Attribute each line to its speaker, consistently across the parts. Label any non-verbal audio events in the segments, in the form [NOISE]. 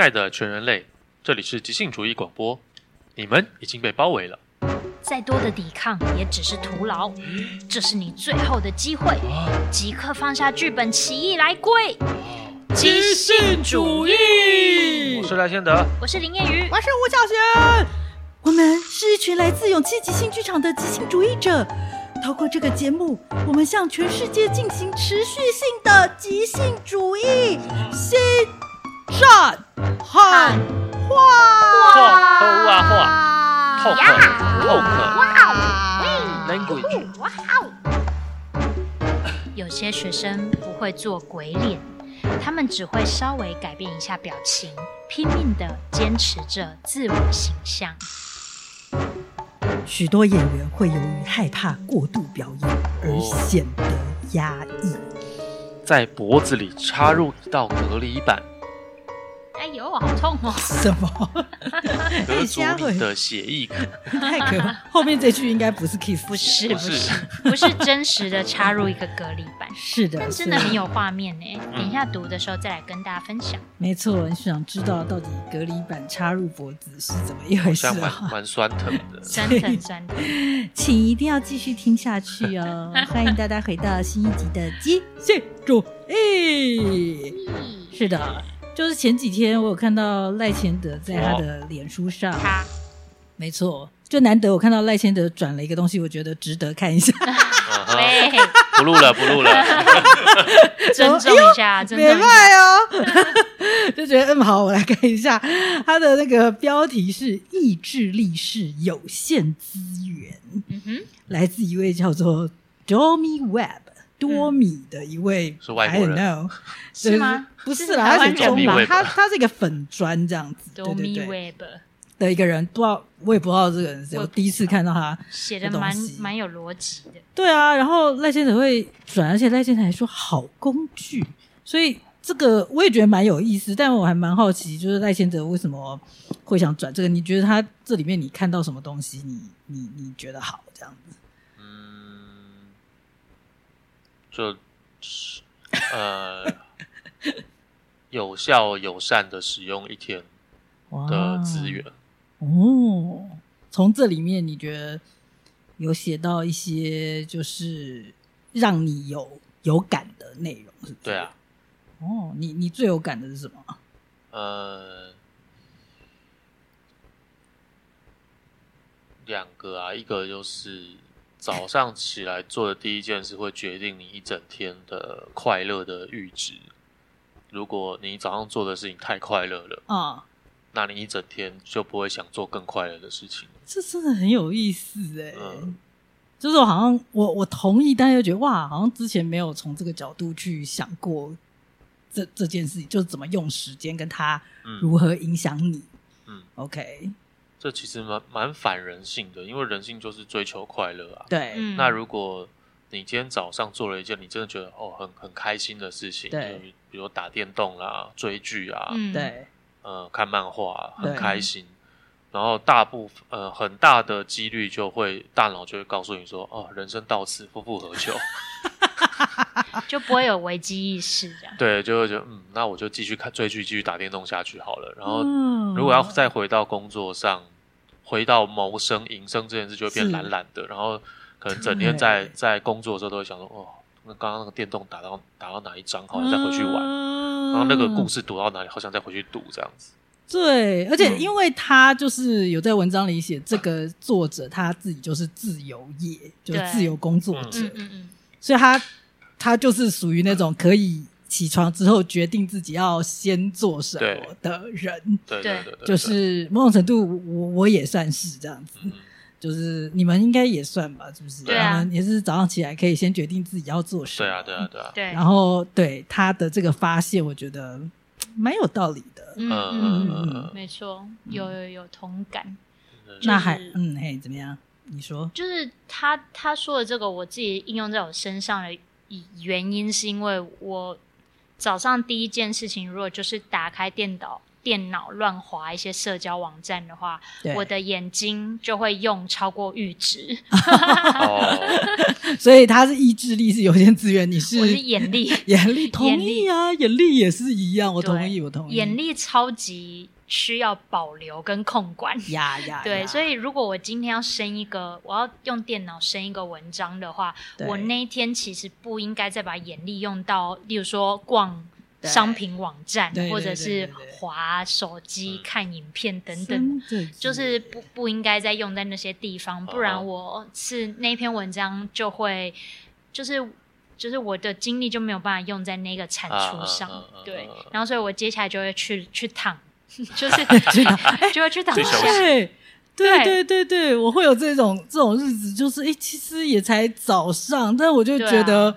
Speaker 1: 爱的全人类，这里是即兴主义广播，你们已经被包围了。
Speaker 2: 再多的抵抗也只是徒劳，这是你最后的机会，即刻放下剧本，起义来归！即兴主义
Speaker 1: 我，是赖先德，
Speaker 2: 我是林燕瑜，
Speaker 3: 我是吴小璇。
Speaker 4: 我们是一群来自勇气即兴剧场的即兴主义者。透过这个节目，我们向全世界进行持续性的即兴主义新
Speaker 3: 战汉
Speaker 1: 错偷啊
Speaker 3: 化
Speaker 1: 话，talk talk
Speaker 3: 哇
Speaker 1: language，
Speaker 2: 有些学生不会做鬼脸，他们只会稍微改变一下表情，拼命的坚持着自我形象。
Speaker 4: 许多演员会由于害怕过度表演而显得压抑。
Speaker 1: 在脖子里插入一道隔离板，
Speaker 2: 哎呦，好痛哦！
Speaker 4: 什么？
Speaker 2: [LAUGHS]
Speaker 1: 隔阻你的血液。
Speaker 4: [LAUGHS] 太可怕！后面这句应该不是 kiss，
Speaker 2: 不是
Speaker 4: [LAUGHS]
Speaker 1: 不
Speaker 2: 不是
Speaker 1: 是
Speaker 2: 不是啊真实的插入一个隔离 [LAUGHS] 板，
Speaker 4: 是的，
Speaker 2: 真的
Speaker 4: 是
Speaker 2: 很有画面呢。等一下读的时候再来跟大家分 [LAUGHS] 享。
Speaker 4: 没错。你想知道到底隔离板插入脖子是怎么一回事
Speaker 1: 像蛮
Speaker 4: 啊？
Speaker 1: 蛮酸疼的。
Speaker 2: 酸疼 [LAUGHS] 酸疼，
Speaker 4: [LAUGHS] 请一定要继续听下去哦！欢迎大家回到新一集的即兴主义。是的，就是前几天我有看到赖千德在他的脸书上，
Speaker 2: 他
Speaker 4: 没错，就难得我看到赖千德转了一个东西，我觉得值得看一下。
Speaker 1: 嗯哼，
Speaker 2: 喂，
Speaker 1: 不录了，不录了。
Speaker 4: [LAUGHS] 哎
Speaker 2: 尊重一下，尊重
Speaker 4: 别
Speaker 2: 一下。
Speaker 4: 卖哦， [LAUGHS] 就觉得嗯好，我来看一下他的那个标题是“意志力是有限资源”。
Speaker 2: 嗯哼，
Speaker 4: 来自一位叫做 Domi Webb 多米的一位，
Speaker 1: 嗯是外国人
Speaker 4: I don't know,
Speaker 2: 是吗
Speaker 4: 不
Speaker 2: 是
Speaker 4: 是啦，
Speaker 2: 台
Speaker 4: 他
Speaker 2: 湾
Speaker 4: 是
Speaker 2: 人
Speaker 4: 中
Speaker 1: 吗
Speaker 4: 文，他他是一个粉砖这样子，对
Speaker 2: 多米
Speaker 4: 对对
Speaker 2: Web
Speaker 4: 的一个人，不知道我也不知道这个人是谁，
Speaker 2: 我
Speaker 4: 我第一次看到他。
Speaker 2: 写的蛮
Speaker 4: 这东西
Speaker 2: 蛮有逻辑的，
Speaker 4: 对啊，然后赖先生会转，而且赖先生还说好工具，所以这个我也觉得蛮有意思，但我还蛮好奇，就是赖先生为什么会想转这个？你觉得他这里面你看到什么东西？你你你觉得好这样子？
Speaker 1: 嗯，就是呃，有效友善的使用一天
Speaker 4: 哇
Speaker 1: 的资源。
Speaker 4: 哦，从这里面你觉得有写到一些就是让你有有感的内容是不是？
Speaker 1: 对啊。，
Speaker 4: 哦，你你最有感的是什么？
Speaker 1: 呃，两个啊，一个就是早上起来做的第一件事，会决定你一整天的快乐的阈值。如果你早上做的事情太快乐了，
Speaker 4: 啊，
Speaker 1: 那你一整天就不会想做更快乐的事情。
Speaker 4: 这真的很有意思哎、
Speaker 1: 嗯
Speaker 4: 就是我好像我我同意，但是又觉得哇，好像之前没有从这个角度去想过这这件事情，就是怎么用时间跟它
Speaker 1: 嗯
Speaker 4: 如何影响你。
Speaker 1: 嗯，
Speaker 4: OK，
Speaker 1: 这其实蛮蛮反人性的，因为人性就是追求快乐啊。
Speaker 4: 对，
Speaker 2: 嗯，
Speaker 1: 那如果你今天早上做了一件你真的觉得哦很很开心的事情，
Speaker 4: 对
Speaker 1: 就比如打电动啦、追剧啊，
Speaker 2: 嗯，
Speaker 4: 对，
Speaker 1: 呃，看漫画啊很
Speaker 4: 对
Speaker 1: 开心，然后大部分呃很大的几率就会大脑就会告诉你说，哦，人生到此，夫复何求？ [LAUGHS]
Speaker 2: 就不会有危机意识这样。
Speaker 1: 对，就会觉得嗯，那我就继续看追剧，继续打电动下去好了。然后
Speaker 4: 嗯
Speaker 1: 如果要再回到工作上，回到谋生、营生这件事，就会变
Speaker 4: 是
Speaker 1: 懒懒的，然后可能整天在
Speaker 4: 对
Speaker 1: 在工作的时候都会想说，哦，那刚刚那个电动打到打到哪一张，好像再回去玩。
Speaker 4: 嗯
Speaker 1: 然后那个故事读到哪里，好想再回去读这样子。
Speaker 4: 对，而且
Speaker 2: 嗯
Speaker 4: 因为他就是有在文章里写，这个作者他自己就是自由业，就是
Speaker 2: 对
Speaker 4: 自由工作者，
Speaker 2: 嗯嗯嗯，
Speaker 4: 所以他他就是属于那种可以起床之后决定自己要先做什么的人，
Speaker 1: 对
Speaker 2: 对
Speaker 1: 对对，
Speaker 4: 就是某种程度我我也算是这样子
Speaker 1: 对，嗯
Speaker 4: 就是你们应该也算吧，是不是？
Speaker 2: 对啊
Speaker 4: 你们也是早上起来可以先决定自己要做什么，
Speaker 1: 对啊对啊对啊，
Speaker 2: 对，
Speaker 4: 然后对他的这个发现，我觉得嗯蛮有道理的。
Speaker 2: 嗯
Speaker 1: 嗯
Speaker 2: 嗯
Speaker 1: 嗯
Speaker 4: [LAUGHS] 嗯
Speaker 2: 嗯，没错，有有有同感。
Speaker 1: 嗯
Speaker 4: 那
Speaker 2: 就是
Speaker 4: 还嗯嘿怎么样？你说
Speaker 2: 就是他他说的这个，我自己应用在我身上的以原因，是因为我早上第一件事情，如果就是打开电脑电脑乱滑一些社交网站的话，
Speaker 4: 对，
Speaker 2: 我的眼睛就会用超过阈值，
Speaker 1: 哦，
Speaker 4: 所以他是意志力是有限资源，你是
Speaker 2: 我是眼力，
Speaker 4: [LAUGHS] 眼力同
Speaker 2: 眼力
Speaker 4: 意啊，眼力也是一样，我同
Speaker 2: 对
Speaker 4: 意，我同意，
Speaker 2: 眼力超级需要保留跟控管。
Speaker 4: 哎呀呀，
Speaker 2: 对，所
Speaker 4: 以
Speaker 2: 以如果我今天要生一个，我要用电脑生一个文章的话，我那一天其实不应该再把眼力用到，例如说逛
Speaker 4: 对
Speaker 2: 商品网站
Speaker 4: 对，对
Speaker 2: 或者是
Speaker 4: 对对对
Speaker 2: 划手
Speaker 1: 嗯
Speaker 2: 机、看影片等等，
Speaker 4: 真的
Speaker 2: 就是不不应该再用在那些地方，不
Speaker 1: 啊哈
Speaker 2: 然我是那篇文章就会就是。就是我的精力就没有办法用在那个产
Speaker 1: 啊啊
Speaker 2: 出上，
Speaker 1: 啊啊
Speaker 2: 对
Speaker 1: 啊啊，
Speaker 2: 然后所以我接下来就会去去躺， [LAUGHS] 就是
Speaker 1: [LAUGHS]
Speaker 2: [LAUGHS] 就会去躺
Speaker 1: 去休息
Speaker 2: 下，
Speaker 4: 对。对对
Speaker 2: 对
Speaker 4: 对对，我会有这种这种日子，就是诶，其实也才早上，但我就
Speaker 2: 对啊
Speaker 4: 觉得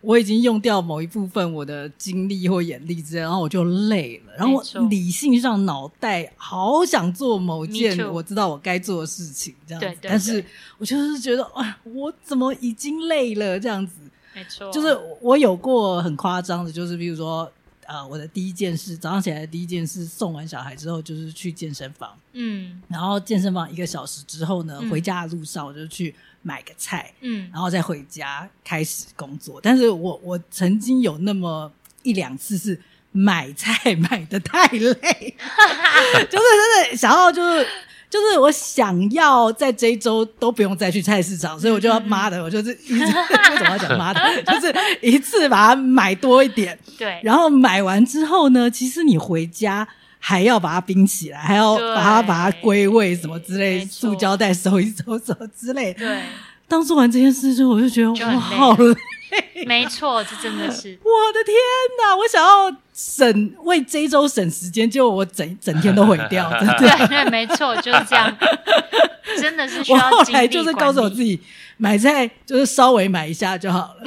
Speaker 4: 我已经用掉某一部分我的精力或眼力之类，然后我就累了，然后
Speaker 2: 没
Speaker 4: 我
Speaker 2: 错
Speaker 4: 理性上脑袋好想做某件
Speaker 2: Me too
Speaker 4: 我知道我该做的事情，这样子，
Speaker 2: 对对
Speaker 4: 但是
Speaker 2: 对
Speaker 4: 我就是觉得啊，我怎么已经累了这样子，
Speaker 2: 没错，
Speaker 4: 就是我有过很夸张的，就是比如说，呃，我的第一件事，早上起来的第一件事，送完小孩之后就是去健身房，
Speaker 2: 嗯
Speaker 4: 然后健身房一个小时之后呢，
Speaker 2: 嗯
Speaker 4: 回家的路上我就去买个菜，
Speaker 2: 嗯
Speaker 4: 然后再回家开始工作。但是我我曾经有那么一两次是买菜买的太
Speaker 2: [LAUGHS]
Speaker 4: 累，就是真的想要就是。就是我想要在这一周都不用再去菜市场，所以我就要
Speaker 2: 嗯嗯嗯
Speaker 4: 妈的，我就是一直 [LAUGHS] 为什么要讲妈的， [LAUGHS] 就是一次把它买多一点，
Speaker 2: 对，
Speaker 4: 然后买完之后呢，其实你回家还要把它冰起来，还要
Speaker 2: 对
Speaker 4: 把它把它归位什么之类，
Speaker 2: 没错
Speaker 4: 塑胶袋收一收什么之类。
Speaker 2: 对，
Speaker 4: [LAUGHS] 当做完这件事之后，我就觉得
Speaker 2: 就
Speaker 4: 哇，
Speaker 2: 很
Speaker 4: 好累！
Speaker 2: 累
Speaker 4: 我
Speaker 2: 没错，这真的
Speaker 4: [LAUGHS]
Speaker 2: 是
Speaker 4: 的天哪，我想要省为这一周省时间，结果我整整天都毁掉，
Speaker 2: [LAUGHS]
Speaker 4: 真的。
Speaker 2: 对对，没错，就是这样，真的是需
Speaker 4: 我
Speaker 2: 要
Speaker 4: 后
Speaker 2: 精
Speaker 4: 来
Speaker 2: 力
Speaker 4: 就是
Speaker 2: 管
Speaker 4: 告诉我
Speaker 2: 理
Speaker 4: 自己，买菜就是稍微买一下就好了，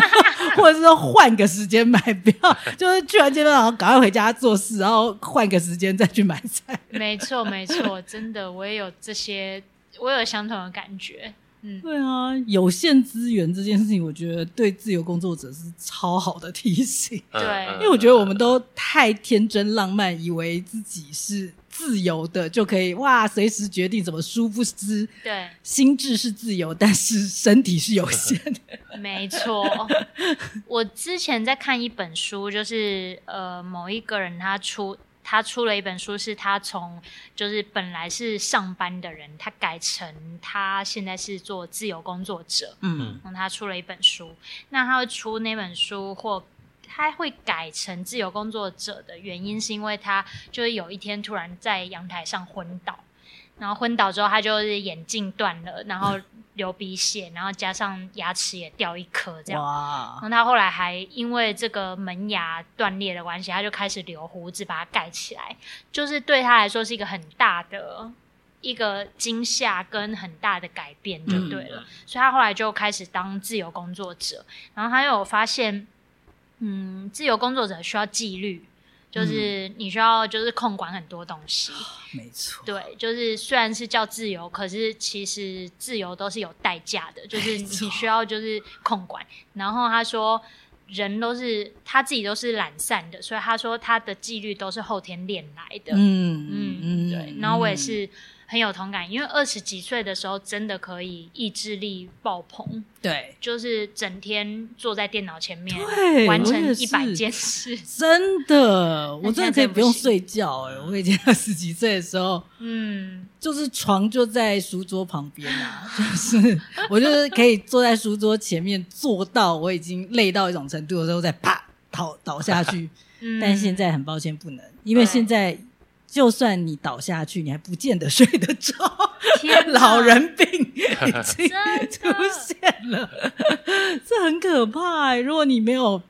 Speaker 4: [LAUGHS] 或者是说换个时间买，不要就是去完健身房赶快回家做事，然后换个时间再去买菜。
Speaker 2: 没错没错，真的，我也有这些，我有相同的感觉，嗯，
Speaker 4: 对啊，有限资源这件事情，我觉得对自由工作者是超好的提醒，
Speaker 1: 嗯
Speaker 2: 对
Speaker 1: 嗯
Speaker 4: 因为我觉得我们都太天真浪漫，以为自己是自由的，就可以哇随时决定怎么，殊不知
Speaker 2: 对，
Speaker 4: 心智是自由，但是身体是有限的。
Speaker 2: [LAUGHS] 没错。我之前在看一本书，就是呃某一个人他出。他出了一本书，是他从就是本来是上班的人，他改成他现在是做自由工作者，
Speaker 4: [LAUGHS] 嗯
Speaker 2: 然后他出了一本书，那他会出那本书或。他会改成自由工作者的原因，是因为他就是有一天突然在阳台上昏倒，然后昏倒之后，他就是眼镜断了，然后流鼻血，然后加上牙齿也掉一颗这样。然
Speaker 4: 哇，
Speaker 2: 后他后来还因为这个门牙断裂的关系，他就开始留胡子把它盖起来，就是对他来说是一个很大的一个惊吓跟很大的改变就
Speaker 1: 嗯
Speaker 4: 嗯
Speaker 2: 对了。所以他后来就开始当自由工作者，然后他又有发现，嗯，自由工作者需要纪律。就是你需要就是控管很多东西，
Speaker 4: 没错，
Speaker 2: 对，就是虽然是叫自由，可是其实自由都是有代价的，就是你需要就是控管。然后他说，人都是他自己都是懒散的，所以他说他的纪律都是后天练来的。
Speaker 4: 嗯
Speaker 2: 嗯，对。然后我也，是很有同感，因为二十几岁的时候真的可以意志力爆棚，
Speaker 4: 对
Speaker 2: 就是整天坐在电脑前面
Speaker 4: 对，
Speaker 2: 完
Speaker 4: 我
Speaker 2: 成
Speaker 4: 也
Speaker 2: 一百
Speaker 4: 是
Speaker 2: 件事。 [LAUGHS]
Speaker 4: 真的，我
Speaker 2: 那
Speaker 4: 真
Speaker 2: 现在
Speaker 4: 的可以
Speaker 2: 真的
Speaker 4: 不用
Speaker 2: 不行
Speaker 4: 睡觉哎、我以前二十几岁的时候。
Speaker 2: 嗯，
Speaker 4: 就是床就在书桌旁边啊， [LAUGHS] 就是我就是可以坐在书桌前面，坐到我已经累到一种程度的时候，再啪倒倒下去。
Speaker 2: 嗯
Speaker 4: 但现在很抱歉不能，因为
Speaker 2: 嗯
Speaker 4: 现在就算你倒下去，你还不见得睡得着，
Speaker 2: [LAUGHS] 天哪
Speaker 4: [LAUGHS] 老人病已经出
Speaker 2: 真的
Speaker 4: 现了，这很可怕、欸。如果你没有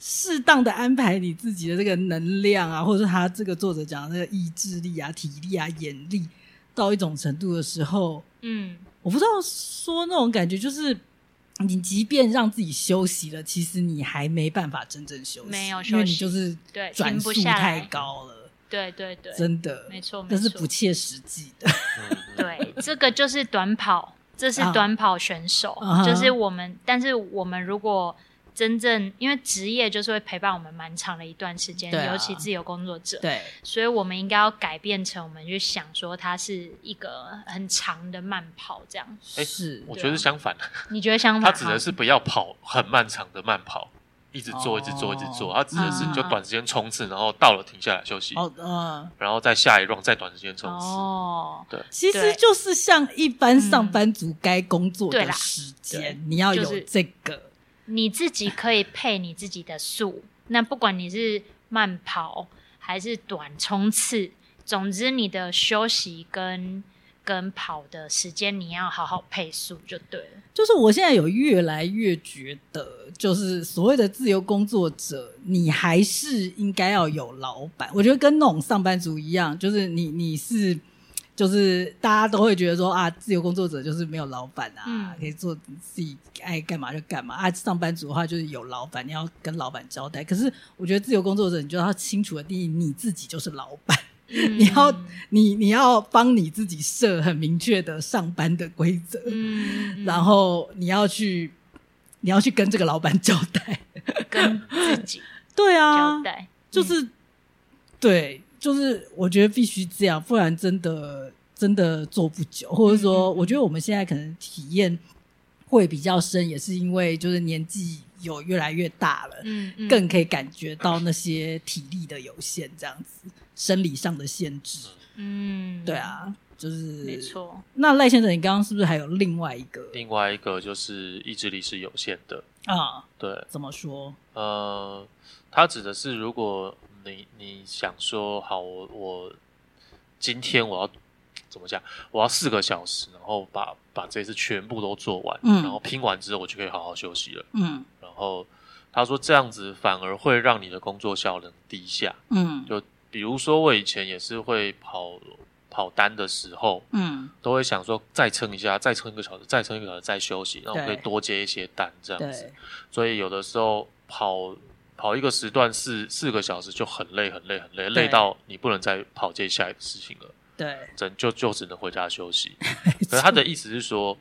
Speaker 4: 适当的安排你自己的这个能量啊，或者是他这个作者讲的这个意志力啊、体力啊、眼力到一种程度的时候，
Speaker 2: 嗯，
Speaker 4: 我不知道说那种感觉，就是你即便让自己休息了，其实你还没办法真正休息，
Speaker 2: 没有休息
Speaker 4: 因为你就是
Speaker 2: 对
Speaker 4: 转
Speaker 2: 停
Speaker 4: 速
Speaker 2: 不下来
Speaker 4: 太高了，
Speaker 2: 对对对，
Speaker 4: 真的
Speaker 2: 没错没
Speaker 4: 这是
Speaker 2: 错
Speaker 4: 不切实际的。
Speaker 1: 嗯嗯
Speaker 2: 对，啊这个就是短跑，这是短跑选手，
Speaker 4: 啊啊哈
Speaker 2: 就是我们。但是我们如果真正因为职业就是会陪伴我们蛮长的一段时间，
Speaker 4: 对啊
Speaker 2: 尤其自由工作者，
Speaker 4: 对，
Speaker 2: 所以我们应该要改变成我们去想说它是一个很长的慢跑这样。
Speaker 1: 哎
Speaker 4: [LAUGHS] 是，
Speaker 1: 我觉得是相反，
Speaker 2: 你觉得相
Speaker 1: 他
Speaker 2: 反？哦
Speaker 1: 指的是不要跑很漫长的慢跑，一直做，一直做，一直做。他
Speaker 4: 哦
Speaker 1: 指的是
Speaker 2: 嗯
Speaker 1: 你就短时间冲刺，然后到了停下来休息，
Speaker 4: 哦，嗯，
Speaker 1: 然后再下一 round 再短时间冲刺。
Speaker 2: 哦，
Speaker 4: 其实
Speaker 2: 对嗯
Speaker 4: 就是像一般上班族该工作
Speaker 2: 对
Speaker 4: 的
Speaker 2: 啦
Speaker 4: 时间，你要有
Speaker 2: 就是
Speaker 4: 这个，
Speaker 2: 你自己可以配你自己的速，那不管你是慢跑还是短冲刺，总之你的休息跟跟跑的时间你要好好配速就对了。
Speaker 4: 就是我现在有越来越觉得，就是所谓的自由工作者，你还是应该要有老板。我觉得跟那种上班族一样，就是你你是。就是大家都会觉得说啊，自由工作者就是没有老板啊，
Speaker 2: 嗯
Speaker 4: 可以做自己爱干嘛就干嘛啊。上班族的话就是有老板，你要跟老板交代。可是我觉得自由工作者，你就要清楚的定义你自己就是老板。 [LAUGHS] 你要你你要帮你自己设很明确的上班的规则， [LAUGHS]
Speaker 2: 嗯，嗯
Speaker 4: 然后你要去你要去跟这个老板交代。
Speaker 2: 跟自己
Speaker 4: [LAUGHS] 对啊
Speaker 2: 交
Speaker 4: [LAUGHS]
Speaker 2: 代，嗯
Speaker 4: 就是、对，就是我觉得必须这样，不然真的真的做不久，或者说，
Speaker 2: 嗯
Speaker 4: 我觉得我们现在可能体验会比较深，也是因为就是年纪有越来越大了，
Speaker 2: 嗯嗯
Speaker 4: 更可以感觉到那些体力的有限，这样子生理上的限制。
Speaker 2: 嗯，
Speaker 4: 对，啊，就是
Speaker 2: 没。错，
Speaker 4: 那赖先生，你刚刚是不是还有另外一个
Speaker 1: 另外一个就是意志力是有限的，
Speaker 4: 啊？
Speaker 1: 对，
Speaker 4: 怎么说？
Speaker 1: 呃，它指的是如果你你想说好，我我今天我要怎么讲？我要四个小时，然后把把这次全部都做完，
Speaker 4: 嗯
Speaker 1: 然后拼完之后我就可以好好休息了。
Speaker 4: 嗯
Speaker 1: 然后他说这样子反而会让你的工作效能低下。
Speaker 4: 嗯
Speaker 1: 就比如说我以前也是会跑跑单的时候，
Speaker 4: 嗯，
Speaker 1: 都会想说再撑一下，再撑一个小时，再撑一个小时，再休息，那我可以
Speaker 4: 对
Speaker 1: 多接一些单这样子
Speaker 4: 对。，
Speaker 1: 所以有的时候跑跑一个时段四四个小时就很累，很累，很累，累到你不能再跑接下来的事情了，
Speaker 4: 对，
Speaker 1: 真就就只能回家休息。 [LAUGHS] 可是他的意思是说，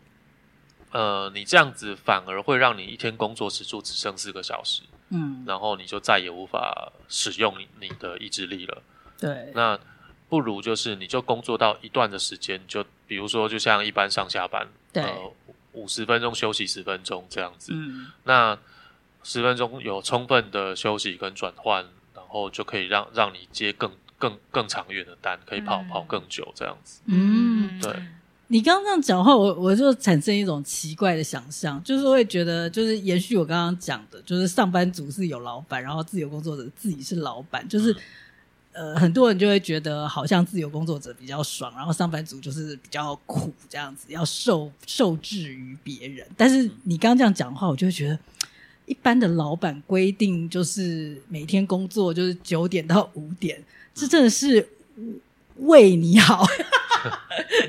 Speaker 1: 呃，你这样子反而会让你一天工作时数只剩四个小时，
Speaker 4: 嗯，
Speaker 1: 然后你就再也无法使用你你的意志力了。
Speaker 4: 对，
Speaker 1: 那不如就是你就工作到一段的时间，就比如说就像一般上下班，
Speaker 4: 对
Speaker 1: 呃，五十分钟休息十分钟这样子。
Speaker 4: 嗯，
Speaker 1: 那十分钟有充分的休息跟转换，然后就可以让让你接更更更长远的单，可以跑、
Speaker 2: 嗯
Speaker 1: 跑更久这样子。
Speaker 4: 嗯
Speaker 1: 对
Speaker 4: 你刚刚这样讲话，我我就产生一种奇怪的想象，就是会觉得，就是延续我刚刚讲的，就是上班族是有老板，然后自由工作者自己是老板，就是、呃，很多人就会觉得好像自由工作者比较爽，然后上班族就是比较苦，这样子要受受制于别人。但是你刚刚这样讲话，我就会觉得。一般的老板规定就是每天工作就是九点到五点，这真的是为你好，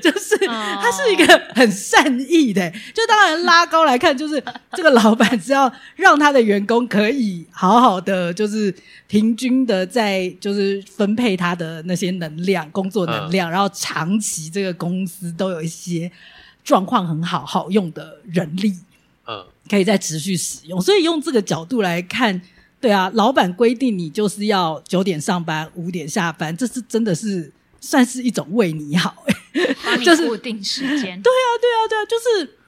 Speaker 4: 就是
Speaker 2: 哦
Speaker 4: 他是一个很善意的、就当然拉高来看，就是这个老板是要让他的员工可以好好的，就是平均的在就是分配他的那些能量、工作能量，然后长期这个公司都有一些状况很好、好用的人力。
Speaker 1: 嗯，
Speaker 4: 可以再持续使用。所以用这个角度来看，对啊，老板规定你就是要九点上班，五点下班，这是真的是算是一种为你好、欸。
Speaker 2: 帮你
Speaker 4: 就是
Speaker 2: 固定时间，对，
Speaker 4: [LAUGHS] 对啊，对啊，就是。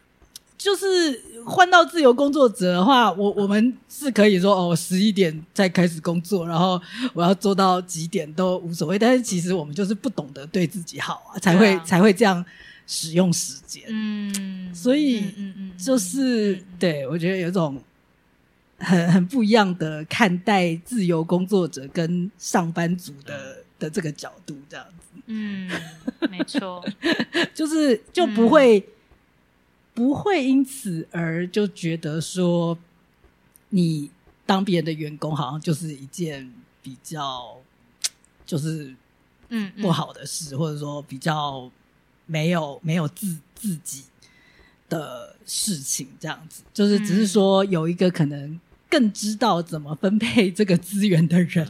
Speaker 4: 就是换到自由工作者的话，我我们是可以说哦，十一点才开始工作，然后我要做到几点都无所谓。但是其实我们就是不懂得对自己好啊，才会、
Speaker 2: 对啊
Speaker 4: 才会这样使用时间。
Speaker 2: 嗯，
Speaker 4: 所以
Speaker 2: 嗯嗯嗯，嗯
Speaker 4: 就是
Speaker 2: 嗯嗯
Speaker 4: 对我觉得有一种很很不一样的看待自由工作者跟上班族的的这个角度，这样子
Speaker 2: 嗯，没错，
Speaker 4: 就是就不会、不会因此而就觉得说你当别人的员工好像就是一件比较就是
Speaker 2: 嗯，嗯
Speaker 4: 不，好的事，或者说比较没有没有自自己的事情，这样子，就是只是说
Speaker 2: 嗯
Speaker 4: 有一个可能更知道怎么分配这个资源的人，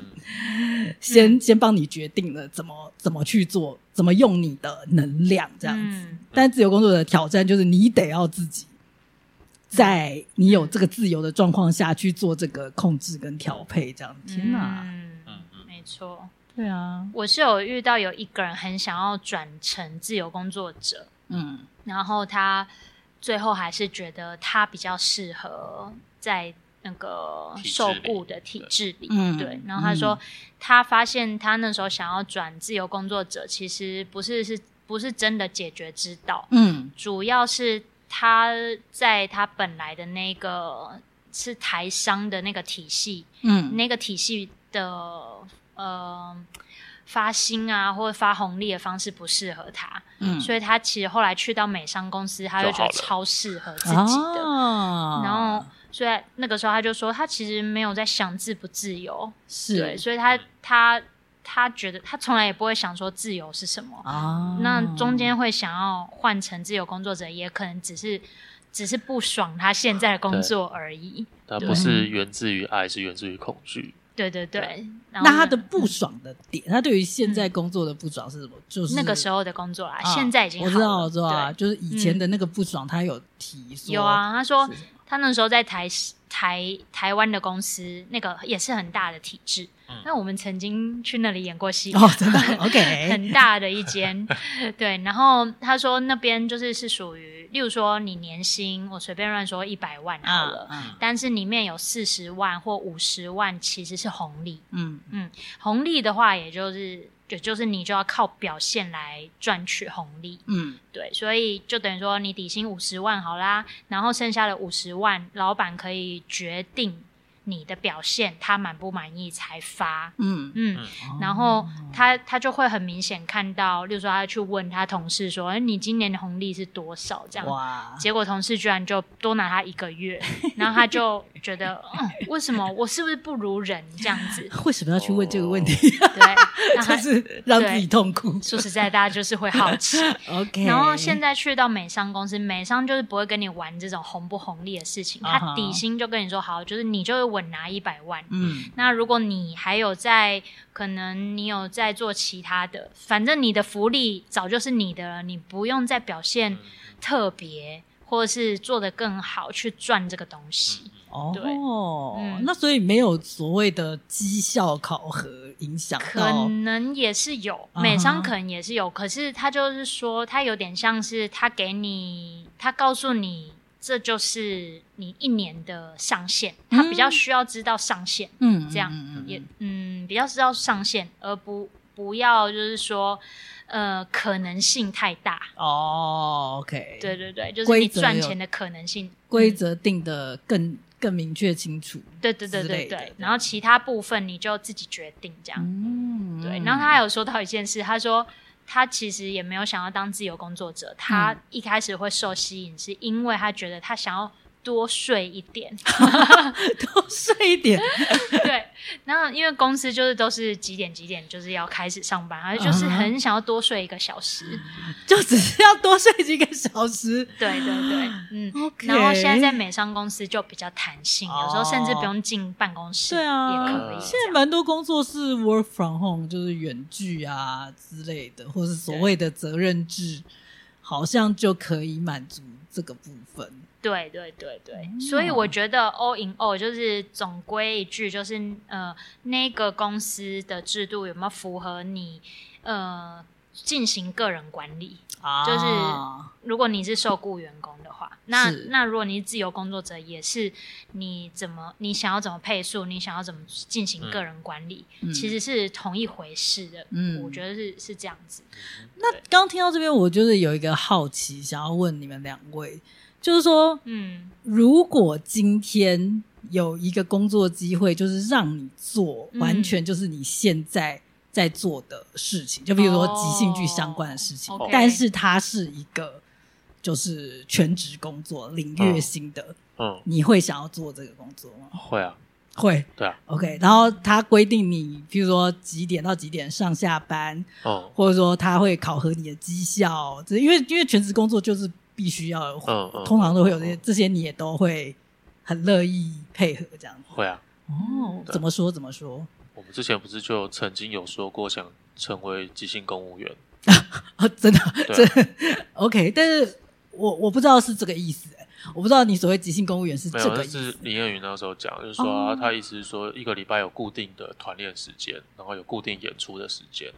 Speaker 1: 嗯
Speaker 2: 嗯
Speaker 4: 先先帮你决定了怎么怎么去做，怎么用你的能量这样子。
Speaker 2: 嗯
Speaker 4: 但自由工作者的挑战就是你得要自己在你有这个自由的状况下去做这个控制跟调配，这样天哪，
Speaker 2: 嗯
Speaker 1: 嗯，嗯，
Speaker 2: 没错，
Speaker 4: 对啊，
Speaker 2: 我是有遇到有一个人很想要转成自由工作者，
Speaker 4: 嗯，
Speaker 2: 然后他最后还是觉得他比较适合在那个
Speaker 1: 体制
Speaker 2: 受
Speaker 1: 里
Speaker 2: 雇的体制里，
Speaker 4: 嗯
Speaker 2: 对。然后他说，他发现他那时候想要转自由工作者，其实不是是不是真的解决之道，
Speaker 4: 嗯
Speaker 2: 主要是他在他本来的那个是台商的那个体系
Speaker 4: 嗯
Speaker 2: 那个体系的呃发薪啊或者发红利的方式不适合他，
Speaker 4: 嗯
Speaker 2: 所以他其实后来去到美商公司，他就
Speaker 1: 就
Speaker 2: 觉
Speaker 1: 好
Speaker 2: 得
Speaker 1: 了
Speaker 2: 超适合自己的。
Speaker 4: 哦
Speaker 2: 然后，所以那个时候他就说，他其实没有在想自不自由，对，
Speaker 4: 是
Speaker 2: 所以他他他觉得他从来也不会想说自由是什么。
Speaker 4: 啊
Speaker 2: 那中间会想要换成自由工作者，也可能只是只是不爽他现在的工作而已。
Speaker 1: 它
Speaker 2: 对
Speaker 1: 不是源自于爱，是源自于恐惧。
Speaker 2: 对对对，然后嗯
Speaker 4: 那他的不爽的点，他对于现在工作的不爽是什么？就是
Speaker 2: 那个时
Speaker 4: 候。
Speaker 2: 候的工作啦，
Speaker 4: 啊
Speaker 2: 现在已经
Speaker 4: 我知
Speaker 2: 好
Speaker 4: 道，
Speaker 2: 了
Speaker 4: 我知道啊，
Speaker 2: 对
Speaker 4: 就是以前的那个不爽，他有提说
Speaker 2: 有，啊，他说
Speaker 4: 是什么
Speaker 2: 他那时候在台台台湾的公司，那个也是很大的体制。
Speaker 1: 嗯
Speaker 2: 那我们曾经去那里演过戏，
Speaker 4: [LAUGHS] 哦，
Speaker 2: [LAUGHS]
Speaker 4: 真的，OK，
Speaker 2: 很大的一
Speaker 4: [LAUGHS]
Speaker 2: 间，对。然后他说那边就是是属于，例如说你年薪，我随便乱说一百万好
Speaker 4: 啊
Speaker 2: 了，
Speaker 4: 啊，
Speaker 2: 但是里面有四十万或五十万其实是红利，
Speaker 4: 嗯
Speaker 2: 红利的话也就是也就是你就要靠表现来赚取红利，
Speaker 4: 嗯
Speaker 2: 对，所以就等于说你底薪五十万好啦，然后剩下的五十万，老板可以决定你的表现，他满不满意才发。
Speaker 4: 嗯，哦
Speaker 2: 嗯，
Speaker 1: 嗯
Speaker 2: 然后他他就会很明显看到，例如说他去问他同事说：“哎，你今年的红利是多少？”这样，
Speaker 4: 哇，
Speaker 2: 结果同事居然就多拿他一个月，然后他就觉得，嗯，为什么我是不是不如人这样
Speaker 4: [LAUGHS]
Speaker 2: 子？
Speaker 4: 为什么要去问这个问题？ [LAUGHS]
Speaker 2: 对，哦那他 [LAUGHS]
Speaker 4: 就是让自己痛苦。
Speaker 2: 说实在，大家就是会好奇。
Speaker 4: OK，
Speaker 2: 然后现在去到美商公司，美商就是不会跟你玩这种红不红利的事情，
Speaker 4: 啊哈
Speaker 2: 他底薪就跟你说好，就是你就是稳拿一百万。
Speaker 4: 嗯
Speaker 2: 那如果你还有在，可能你有在做其他的，反正你的福利早就是你的了，你不用再表
Speaker 4: 嗯
Speaker 1: 嗯
Speaker 2: 现特别，或者是做得更好去赚这个东
Speaker 1: 嗯
Speaker 2: 西。
Speaker 4: 哦
Speaker 2: 嗯，
Speaker 4: 那所以没有所谓的绩效考核影响
Speaker 2: 可
Speaker 4: 到嗯
Speaker 2: 能也是有，
Speaker 4: 啊哈
Speaker 2: 美商可能也是有，可是他就是说，他有点像是他给你，他告诉你这就是你一年的上限，他比较需要知道上限，
Speaker 4: 嗯
Speaker 2: 这样
Speaker 4: 嗯嗯
Speaker 2: 也嗯比较知道上限，而不不要就是说呃可能性太大，
Speaker 4: 哦，OK，
Speaker 2: 对，对对，就是你
Speaker 4: 规则
Speaker 2: 赚
Speaker 4: 有
Speaker 2: 钱的可能性
Speaker 4: 规则定的更更明确清楚。
Speaker 2: 嗯对对对
Speaker 4: 之
Speaker 2: 对
Speaker 4: 类的
Speaker 2: 对
Speaker 4: 对，
Speaker 2: 然后其他部分你就自己决定这样。
Speaker 4: 嗯
Speaker 2: 啊对，然后他还有说到一件事，他说他其实也没有想要当自由工作者，
Speaker 4: 嗯
Speaker 2: 他一开始会受吸引，是因为他觉得他想要多睡一点。 [LAUGHS]
Speaker 4: 多睡一点，
Speaker 2: 对，然后因为公司就是都是几点几点就是要开始上班，
Speaker 4: 嗯
Speaker 2: 他就是很想要多睡一个小时。
Speaker 4: 就只是要多睡几个小时。
Speaker 2: 对对对，
Speaker 4: [GASPS]
Speaker 2: 嗯。
Speaker 4: OK，
Speaker 2: [LAUGHS] 然后现在在美商公司就比较弹性，
Speaker 4: 哦
Speaker 2: 有时候甚至不用进办公室，
Speaker 4: 对啊
Speaker 2: 也可以。
Speaker 4: 现在蛮多工作是 work from home，就是远距啊之类的，或是所谓的责任制，好像就可以满足这个部分。
Speaker 2: 对对对对，
Speaker 4: 哦
Speaker 2: 所以我觉得 all in all 就是总归一句，就是呃，那个公司的制度有没有符合你呃进行个人管理？
Speaker 4: 啊
Speaker 2: 就是如果你是受雇员工的话，那
Speaker 4: 是
Speaker 2: 那如果你是自由工作者，也是你怎么你想要怎么配速，你想要怎么进行个人管理，
Speaker 4: 嗯
Speaker 2: 其实是同一回事的。
Speaker 4: 嗯
Speaker 2: 我觉得是是这样子。
Speaker 4: 那刚听到这边，我就是有一个好奇，想要问你们两位，就是说，
Speaker 2: 嗯
Speaker 4: 如果今天有一个工作机会，就是让你做
Speaker 2: 嗯
Speaker 4: 完全就是你现在在做的事情，就比如说
Speaker 2: 哦
Speaker 4: 即兴剧相关的事情，
Speaker 2: OK
Speaker 4: 但是它是一个就是全职工作，领月薪的，
Speaker 1: 嗯，
Speaker 4: 你会想要做这个工作吗？
Speaker 1: 会啊，
Speaker 4: 会。
Speaker 1: 对啊，
Speaker 4: OK，然后它规定你，比如说几点到几点上下班，
Speaker 1: 嗯
Speaker 4: 或者说他会考核你的绩效，这因为因为全职工作就是必须要有，
Speaker 1: 嗯嗯，
Speaker 4: 通常都会有这些
Speaker 1: 嗯，
Speaker 4: 这些你也都会很乐意配合这样子。
Speaker 1: 会啊。
Speaker 4: 哦，怎么说怎么说？ [LAUGHS]
Speaker 1: 我们之前不是就曾经有说过想成为即兴公务员？
Speaker 4: 哦，真的，
Speaker 1: 对
Speaker 4: [LAUGHS] 这 OK，但是我我不知道是这个意思、欸我不知道你所谓即兴公务员是
Speaker 1: 没
Speaker 4: 这
Speaker 1: 有，
Speaker 4: 个
Speaker 1: 那
Speaker 4: 意
Speaker 1: 是
Speaker 4: 思。哦
Speaker 1: 林彦宇那时候讲，就是说、啊他意思是说一个礼拜有固定的团练时间，然后有固定演出的时间。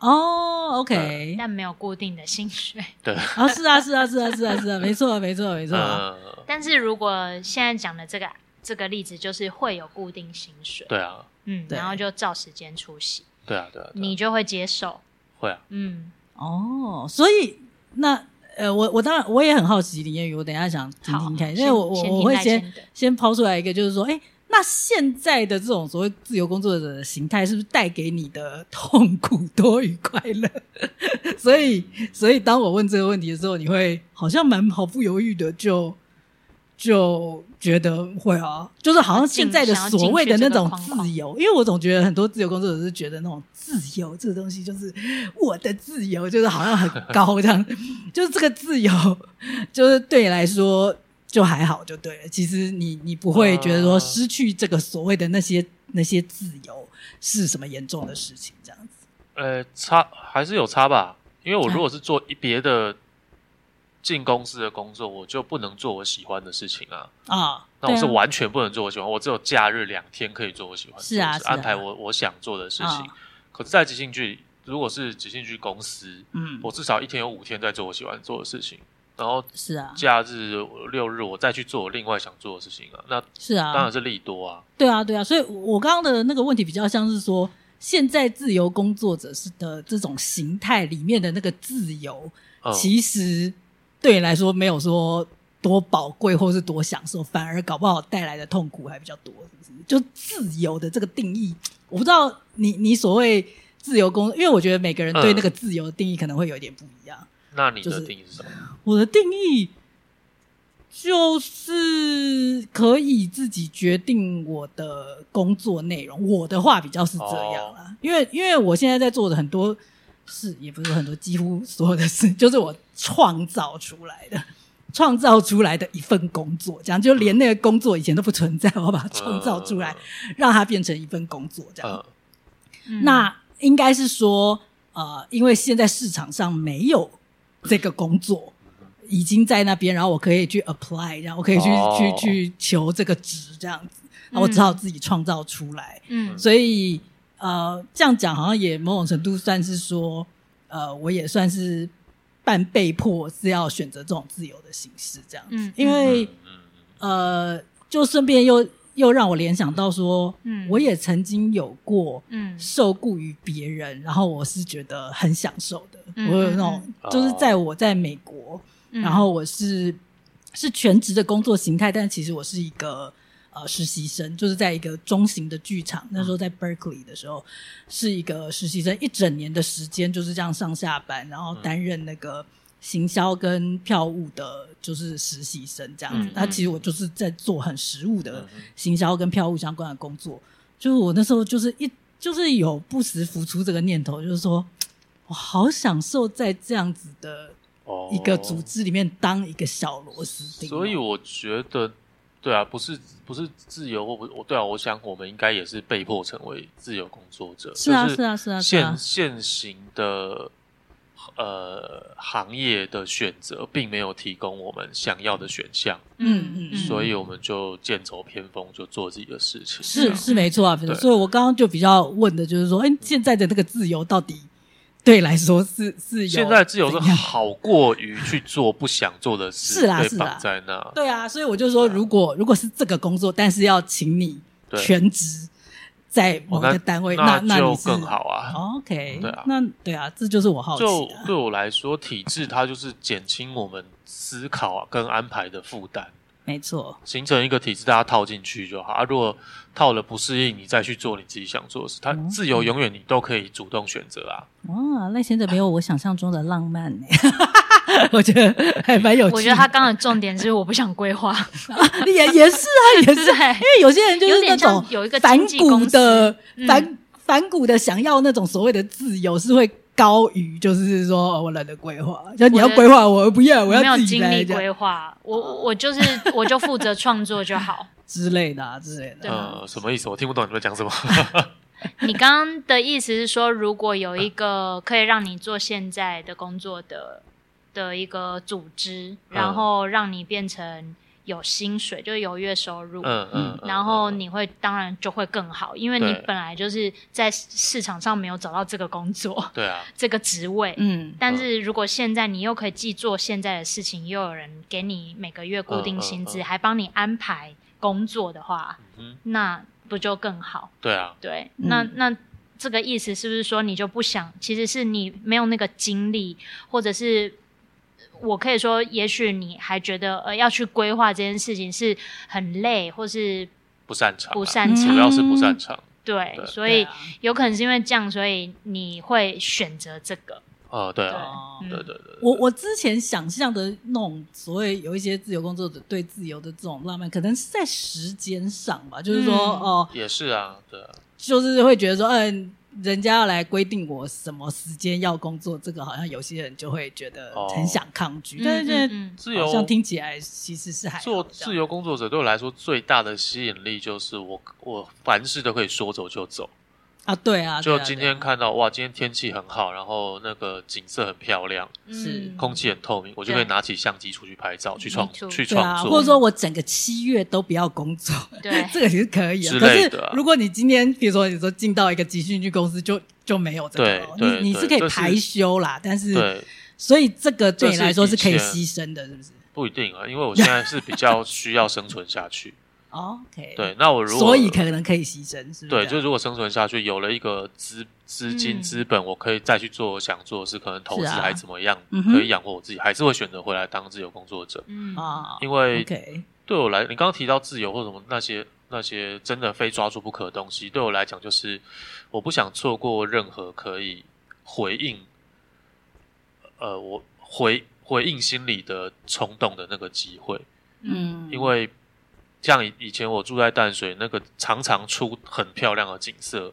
Speaker 4: 哦，OK，
Speaker 2: 但没有固定的薪水。
Speaker 1: 对，
Speaker 4: 啊，是啊，是啊，是啊，是啊，
Speaker 1: [LAUGHS]
Speaker 4: 是啊，没错，没错，没错。
Speaker 1: 嗯，
Speaker 2: 但是如果现在讲的这个这个例子，就是会有固定薪水，
Speaker 1: 对啊，
Speaker 2: 嗯，
Speaker 4: 对
Speaker 2: 然后就照时间出席，
Speaker 1: 对啊，对啊，对啊
Speaker 2: 你就会接受，
Speaker 1: 会啊，
Speaker 2: 嗯，
Speaker 4: 哦，所以那呃，我我当然我也很好奇林彦宇，我等一下想听听
Speaker 2: 好
Speaker 4: 嗯看，因为
Speaker 2: 先
Speaker 4: 我我
Speaker 2: 先
Speaker 4: 我
Speaker 2: 听
Speaker 4: 会
Speaker 2: 赖
Speaker 4: 先
Speaker 2: 先的
Speaker 4: 先抛出来一个，就是说，哎，那现在的这种所谓自由工作者的形态，是不是带给你的痛苦多于快乐？ [LAUGHS] 所以，所以当我问这个问题的时候，你会好像蛮毫不犹豫的就。就觉得会啊，就是好像现在的所谓的那种自由，因为我总觉得很多自由工作者是觉得那种自由这个东西就是我的自由，就是好像很高这样，就是这个自由，就是对你来说就还好就对了。其实你你不会觉得说
Speaker 1: 啊
Speaker 4: 失去这个所谓的那些那些自由是什么严重的事情，这样子。
Speaker 1: 呃，差还是有差吧，因为我如果是做一别的进公司的工作，我就不能做我喜欢的事情啊。
Speaker 4: 啊，
Speaker 1: 那我
Speaker 4: 对
Speaker 1: 是
Speaker 4: 啊
Speaker 1: 完全不能做我喜欢，我只有假日两天可以做我喜欢的事，
Speaker 4: 是啊
Speaker 1: 就是
Speaker 4: 啊
Speaker 1: 安排我我想做的事情。
Speaker 4: 嗯
Speaker 1: 可是，在即兴剧，如果是即兴剧公司，
Speaker 4: 嗯，
Speaker 1: 我至少一天有五天在做我喜欢做的事情，然后
Speaker 4: 是啊，
Speaker 1: 假日六日我再去做我另外想做的事情啊。那
Speaker 4: 是啊，
Speaker 1: 当然是利多啊，
Speaker 4: 对啊，对啊，所以我我刚刚的那个问题比较像是说，现在自由工作者是的这种形态里面的那个自由，
Speaker 1: 嗯，
Speaker 4: 其实对你来说没有说多宝贵或是多享受，反而搞不好带来的痛苦还比较多，是不是？就自由的这个定义，我不知道你你所谓自由工，因为我觉得每个人对那个自由的定义可能会有一点不一样。
Speaker 1: 那你
Speaker 4: 就
Speaker 1: 的
Speaker 4: 是
Speaker 1: 定义是什么？
Speaker 4: 我的定义就是可以自己决定我的工作内容。我的话比较是这样啦，因为因为我现在在做的很多事，也不是很多，几乎所有的事， [LAUGHS] 就是我创造出来的。创造出来的一份工作，这样就连那个工作以前都不存在，我要把它创造出来，让它变成一份工作，这样。
Speaker 1: 嗯，
Speaker 2: 嗯
Speaker 4: 那应该是说，呃，因为现在市场上没有这个工作，已经在那边，然后我可以去 apply，然后我可以去、
Speaker 1: 哦
Speaker 4: 去去求这个职这样子，那我只好自己创造出来。
Speaker 2: 嗯
Speaker 4: 所以，呃，这样讲好像也某种程度算是说，呃，我也算是半被迫是要选择这种自由的形式这样子，
Speaker 2: 嗯
Speaker 4: 因为。
Speaker 1: 嗯嗯
Speaker 4: 呃，就顺便又又让我联想到说，
Speaker 2: 嗯
Speaker 4: 我也曾经有过
Speaker 2: 嗯
Speaker 4: 受雇于别人，然后我是觉得很享受的。
Speaker 2: 嗯
Speaker 4: 我有那种
Speaker 2: 嗯，
Speaker 4: 就是在我在美国，
Speaker 2: 嗯
Speaker 4: 然后我是是全职的工作形态，但其实我是一个呃实习生，就是在一个中型的剧
Speaker 1: 嗯
Speaker 4: 场，那时候在 Berkeley 的时候，是一个实习生，一整年的时间就是这样上下班，然后担任那个行销跟票务的，就是实习生这样子
Speaker 1: 嗯。
Speaker 4: 那、
Speaker 2: 嗯
Speaker 4: 其实我就是在做很实务的
Speaker 1: 嗯
Speaker 4: 行销跟票务相关的工作，就是我那时候就是一就是有不时浮出这个念头，就是说我好享受在这样子的
Speaker 1: 哦
Speaker 4: 一个组织里面当一个小螺丝钉哦。
Speaker 1: 所以我觉得，对啊，不是不是自由，我不我对啊，我想我们应该也是被迫成为自由工作者，
Speaker 4: 是啊
Speaker 1: 就是
Speaker 4: 啊是啊是
Speaker 1: 现
Speaker 4: 啊
Speaker 1: 现行的呃行业的选择并没有提供我们想要的选项，
Speaker 4: 嗯嗯
Speaker 1: 所以我们就剑走偏锋，就做自己的事情。这
Speaker 4: 是
Speaker 1: 样
Speaker 4: 是没错啊，
Speaker 1: 对
Speaker 4: 所以我刚刚就比较问的就是说，哎，现在的那个自由到底对你来说是 [LAUGHS] 是有
Speaker 1: 现在自由是
Speaker 4: 怎样
Speaker 1: 好过于去做不想做的事，
Speaker 4: 是啦啊
Speaker 1: 被
Speaker 4: 是啦
Speaker 1: 绑在那。
Speaker 4: 对啊，所以我就说，如果如果是这个工作，但是要请你
Speaker 1: 对
Speaker 4: 全职在某
Speaker 1: 哦
Speaker 4: 一
Speaker 1: 那
Speaker 4: 个单位，那
Speaker 1: 那
Speaker 4: 你
Speaker 1: 就是更好啊。
Speaker 4: OK，
Speaker 1: 对啊
Speaker 4: 那对啊，这就是我好奇
Speaker 1: 就
Speaker 4: 的啊。
Speaker 1: 对我来说，体制它就是减轻我们思考、啊、跟安排的负担，
Speaker 4: 没错，
Speaker 1: 形成一个体制，大家套进去就好。啊，如果套了不适应，你再去做你自己想做的事。它
Speaker 4: 嗯
Speaker 1: 自由永远你都可以主动选择啊。
Speaker 4: 哇，赖贤者没有我想象中的浪漫呢， [LAUGHS] 我觉得还蛮有趣的。
Speaker 2: 我觉得他刚刚的重点是我不想规
Speaker 4: [LAUGHS]
Speaker 2: 划，
Speaker 4: 也也是啊，也
Speaker 2: 对
Speaker 4: 是，因为有些人就是那
Speaker 2: 有点
Speaker 4: 种
Speaker 2: 像有一个
Speaker 4: 反
Speaker 2: 经纪
Speaker 4: 骨的
Speaker 2: 嗯
Speaker 4: 反反骨的，想要那种所谓的自由是会。高于就是说，哦我懒得规划，就你要
Speaker 2: 我的
Speaker 4: 规划，我不要，我
Speaker 2: 没有
Speaker 4: 要自己
Speaker 2: 精
Speaker 4: 来
Speaker 2: 力
Speaker 4: 这样
Speaker 2: 规划，我我就是
Speaker 4: [LAUGHS]
Speaker 2: 我就负责创作就好。
Speaker 4: 之类的啊之类的
Speaker 2: 对。啊
Speaker 1: 呃，什么意思？我听不懂你们讲什么。 [LAUGHS]
Speaker 2: 你刚刚的意思是说，如果有一个可以让你做现在的工作的的一个组织，
Speaker 1: 嗯
Speaker 2: 然后让你变成有薪水，就是有月收入。
Speaker 1: 嗯嗯，嗯
Speaker 2: 然后
Speaker 1: 嗯
Speaker 2: 你会当然就会更好，因为你
Speaker 1: 对
Speaker 2: 本来就是在市场上没有找到这个工作、 [LAUGHS]
Speaker 1: 对啊，
Speaker 2: 这个职位，
Speaker 5: 嗯
Speaker 2: 但是如果现在你又可以既做现在的事情，又有人给你每个月固定薪
Speaker 1: 嗯
Speaker 2: 资，
Speaker 1: 嗯嗯
Speaker 2: 还帮你安排工作的话，
Speaker 1: 嗯哼，
Speaker 2: 那不就更好？
Speaker 1: 对啊，
Speaker 2: 对，
Speaker 5: 嗯
Speaker 2: 那那这个意思是不是说你就不想？其实是你没有那个精力，或者是我可以说，也许你还觉得呃要去规划这件事情是很累，或是
Speaker 1: 不擅长啊，
Speaker 2: 不擅长。
Speaker 1: 主要是不擅长。
Speaker 2: 对，
Speaker 1: 对
Speaker 2: 所以、
Speaker 4: 对啊
Speaker 2: 有可能是因为这样，所以你会选择这个。
Speaker 1: 哦，对
Speaker 2: 对
Speaker 1: 啊，
Speaker 2: 嗯
Speaker 1: 对对对，
Speaker 4: 我我之前想象的那种所谓有一些自由工作者对自由的这种浪漫，可能是在时间上吧，就是说
Speaker 2: 嗯
Speaker 4: 哦、
Speaker 1: 也是啊，对啊，
Speaker 4: 就是会觉得说，嗯、人家要来规定我什么时间要工作，这个好像有些人就会觉得
Speaker 1: 哦
Speaker 4: 很想抗拒，
Speaker 2: 嗯
Speaker 4: 但是现在
Speaker 2: 嗯
Speaker 1: 自
Speaker 4: 好
Speaker 1: 由
Speaker 4: 像听起来其实是还好
Speaker 1: 做
Speaker 4: 这样
Speaker 1: 自由工作者对我来说最大的吸引力就是我我凡事都可以说走就走。
Speaker 4: 啊，对啊，
Speaker 1: 就
Speaker 4: 对啊
Speaker 1: 今
Speaker 4: 对啊
Speaker 1: 天看到哇，今天天气很好，然后那个景色很漂亮，
Speaker 2: 嗯
Speaker 4: 是
Speaker 2: 嗯
Speaker 1: 空气很透明，我就
Speaker 2: 对
Speaker 1: 可以拿起相机出去拍照，去创
Speaker 2: 没错
Speaker 1: 去
Speaker 4: 对啊，
Speaker 1: 创
Speaker 4: 或
Speaker 1: 作
Speaker 4: 者。说我整个七月都不要工作，
Speaker 2: 对
Speaker 4: [LAUGHS] 这个也是可以的。
Speaker 1: 之
Speaker 4: 可
Speaker 1: 类
Speaker 4: 是
Speaker 1: 的啊
Speaker 4: 如果你今天，比如说你说进到一个集训去公司，就就没有这个了，
Speaker 1: 对对
Speaker 4: 你你
Speaker 1: 对
Speaker 4: 是可以
Speaker 1: 这是
Speaker 4: 排休啦，但是
Speaker 1: 对，
Speaker 4: 所以这个对你来说
Speaker 1: 这
Speaker 4: 是
Speaker 1: 是
Speaker 4: 可
Speaker 1: 以前
Speaker 4: 以牺牲的，是不是
Speaker 1: 不一定啊，因为我现在是比较需要生存下
Speaker 4: [LAUGHS]
Speaker 1: 去。
Speaker 4: 哦？OK，
Speaker 1: 对，，那我如果
Speaker 4: 所以可能可以牺牲，是不是？
Speaker 1: 对，就如果生存下去，有了一个资资金
Speaker 2: 嗯
Speaker 1: 资本，我可以再去做我想做的事，可能投资
Speaker 4: 是啊
Speaker 1: 还怎么样，
Speaker 4: 嗯哼
Speaker 1: 可以养活我自己，还是会选择回来当自由工作者。
Speaker 2: 嗯
Speaker 4: 啊
Speaker 1: 因为
Speaker 4: ，OK，
Speaker 1: 对我来，你刚刚提到自由或什么那些那些真的非抓住不可的东西，对我来讲就是我不想错过任何可以回应，呃，我回回应心里的冲动的那个机会，
Speaker 5: 嗯，
Speaker 1: 因为像以以前我住在淡水，那个常常出很漂亮的景色，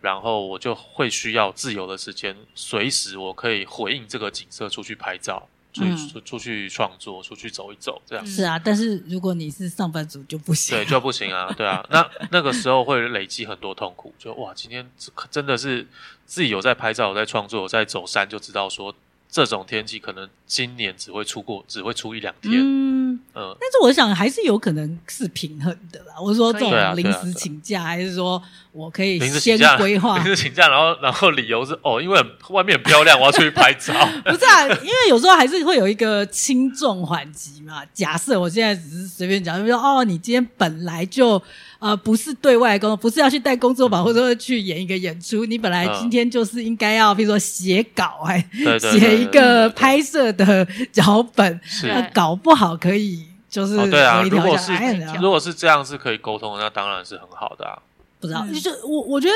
Speaker 1: 然后我就会需要自由的时间，随时我可以回应这个景色出去拍照，出去、
Speaker 5: 嗯
Speaker 1: 出出去创作，出去走一走，这样。
Speaker 2: 嗯
Speaker 4: 是啊，但是如果你是上班族就不行
Speaker 1: 对，，
Speaker 4: [LAUGHS]
Speaker 1: 就不行啊，对啊，那那个时候会累积很多痛苦，就哇，今天真的是自己有在拍照，有在创作，有在走山，就知道说这种天气可能今年只会出过，只会出一两天，
Speaker 4: 嗯，
Speaker 1: 嗯，
Speaker 4: 但是我想还是有可能是平衡的啦。我是说这
Speaker 2: 对
Speaker 1: 啊对
Speaker 4: 种临
Speaker 1: 啊对
Speaker 4: 时
Speaker 1: 啊
Speaker 4: 请假，还是说我可以
Speaker 1: 临时
Speaker 4: 先
Speaker 1: 请假，
Speaker 4: 规划
Speaker 1: [LAUGHS] 临？时请假，然后然后理由是哦，因为很外面很漂亮，我要出去拍
Speaker 4: [LAUGHS]
Speaker 1: 照，
Speaker 4: 不是啊，因为有时候还是会有一个轻重缓急嘛。假设我现在只是随便讲，就说哦，你今天本来就呃不是对外工作，不是要去带工作坊，或者说去演一个演出，你本来
Speaker 1: 嗯
Speaker 4: 今天就是应该要，比如说写稿，哎，
Speaker 1: 对对对
Speaker 4: 写一
Speaker 1: 对对
Speaker 4: 个
Speaker 1: 对
Speaker 4: 拍摄的脚本，
Speaker 1: 是
Speaker 4: 那
Speaker 2: 对
Speaker 4: 搞不好可以就是
Speaker 1: 哦，对啊，
Speaker 4: 微
Speaker 1: 如
Speaker 4: 调
Speaker 1: 果
Speaker 4: 一
Speaker 1: 是
Speaker 4: 下。哎呀
Speaker 1: 如果是这样是可以沟通的，那当然是很好的啊，
Speaker 4: 不知道，
Speaker 2: 嗯
Speaker 4: 就我我觉得，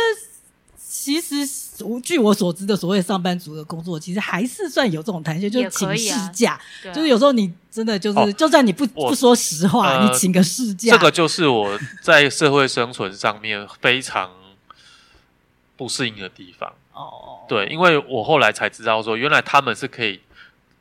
Speaker 4: 其实我据我所知的所谓上班族的工作，其实还是算有这种弹性，就是
Speaker 2: 也可
Speaker 4: 请
Speaker 2: 以
Speaker 4: 事
Speaker 2: 啊
Speaker 4: 假，
Speaker 2: 对啊
Speaker 4: 就是有时候你真的就是，
Speaker 1: 哦
Speaker 4: 就算你不
Speaker 1: 我
Speaker 4: 不说实话，
Speaker 1: 呃
Speaker 4: 你请个事假，
Speaker 1: 这个就是我在社会生存上面非常不适应的地方。
Speaker 4: 哦，
Speaker 1: 对，因为我后来才知道说，原来他们是可以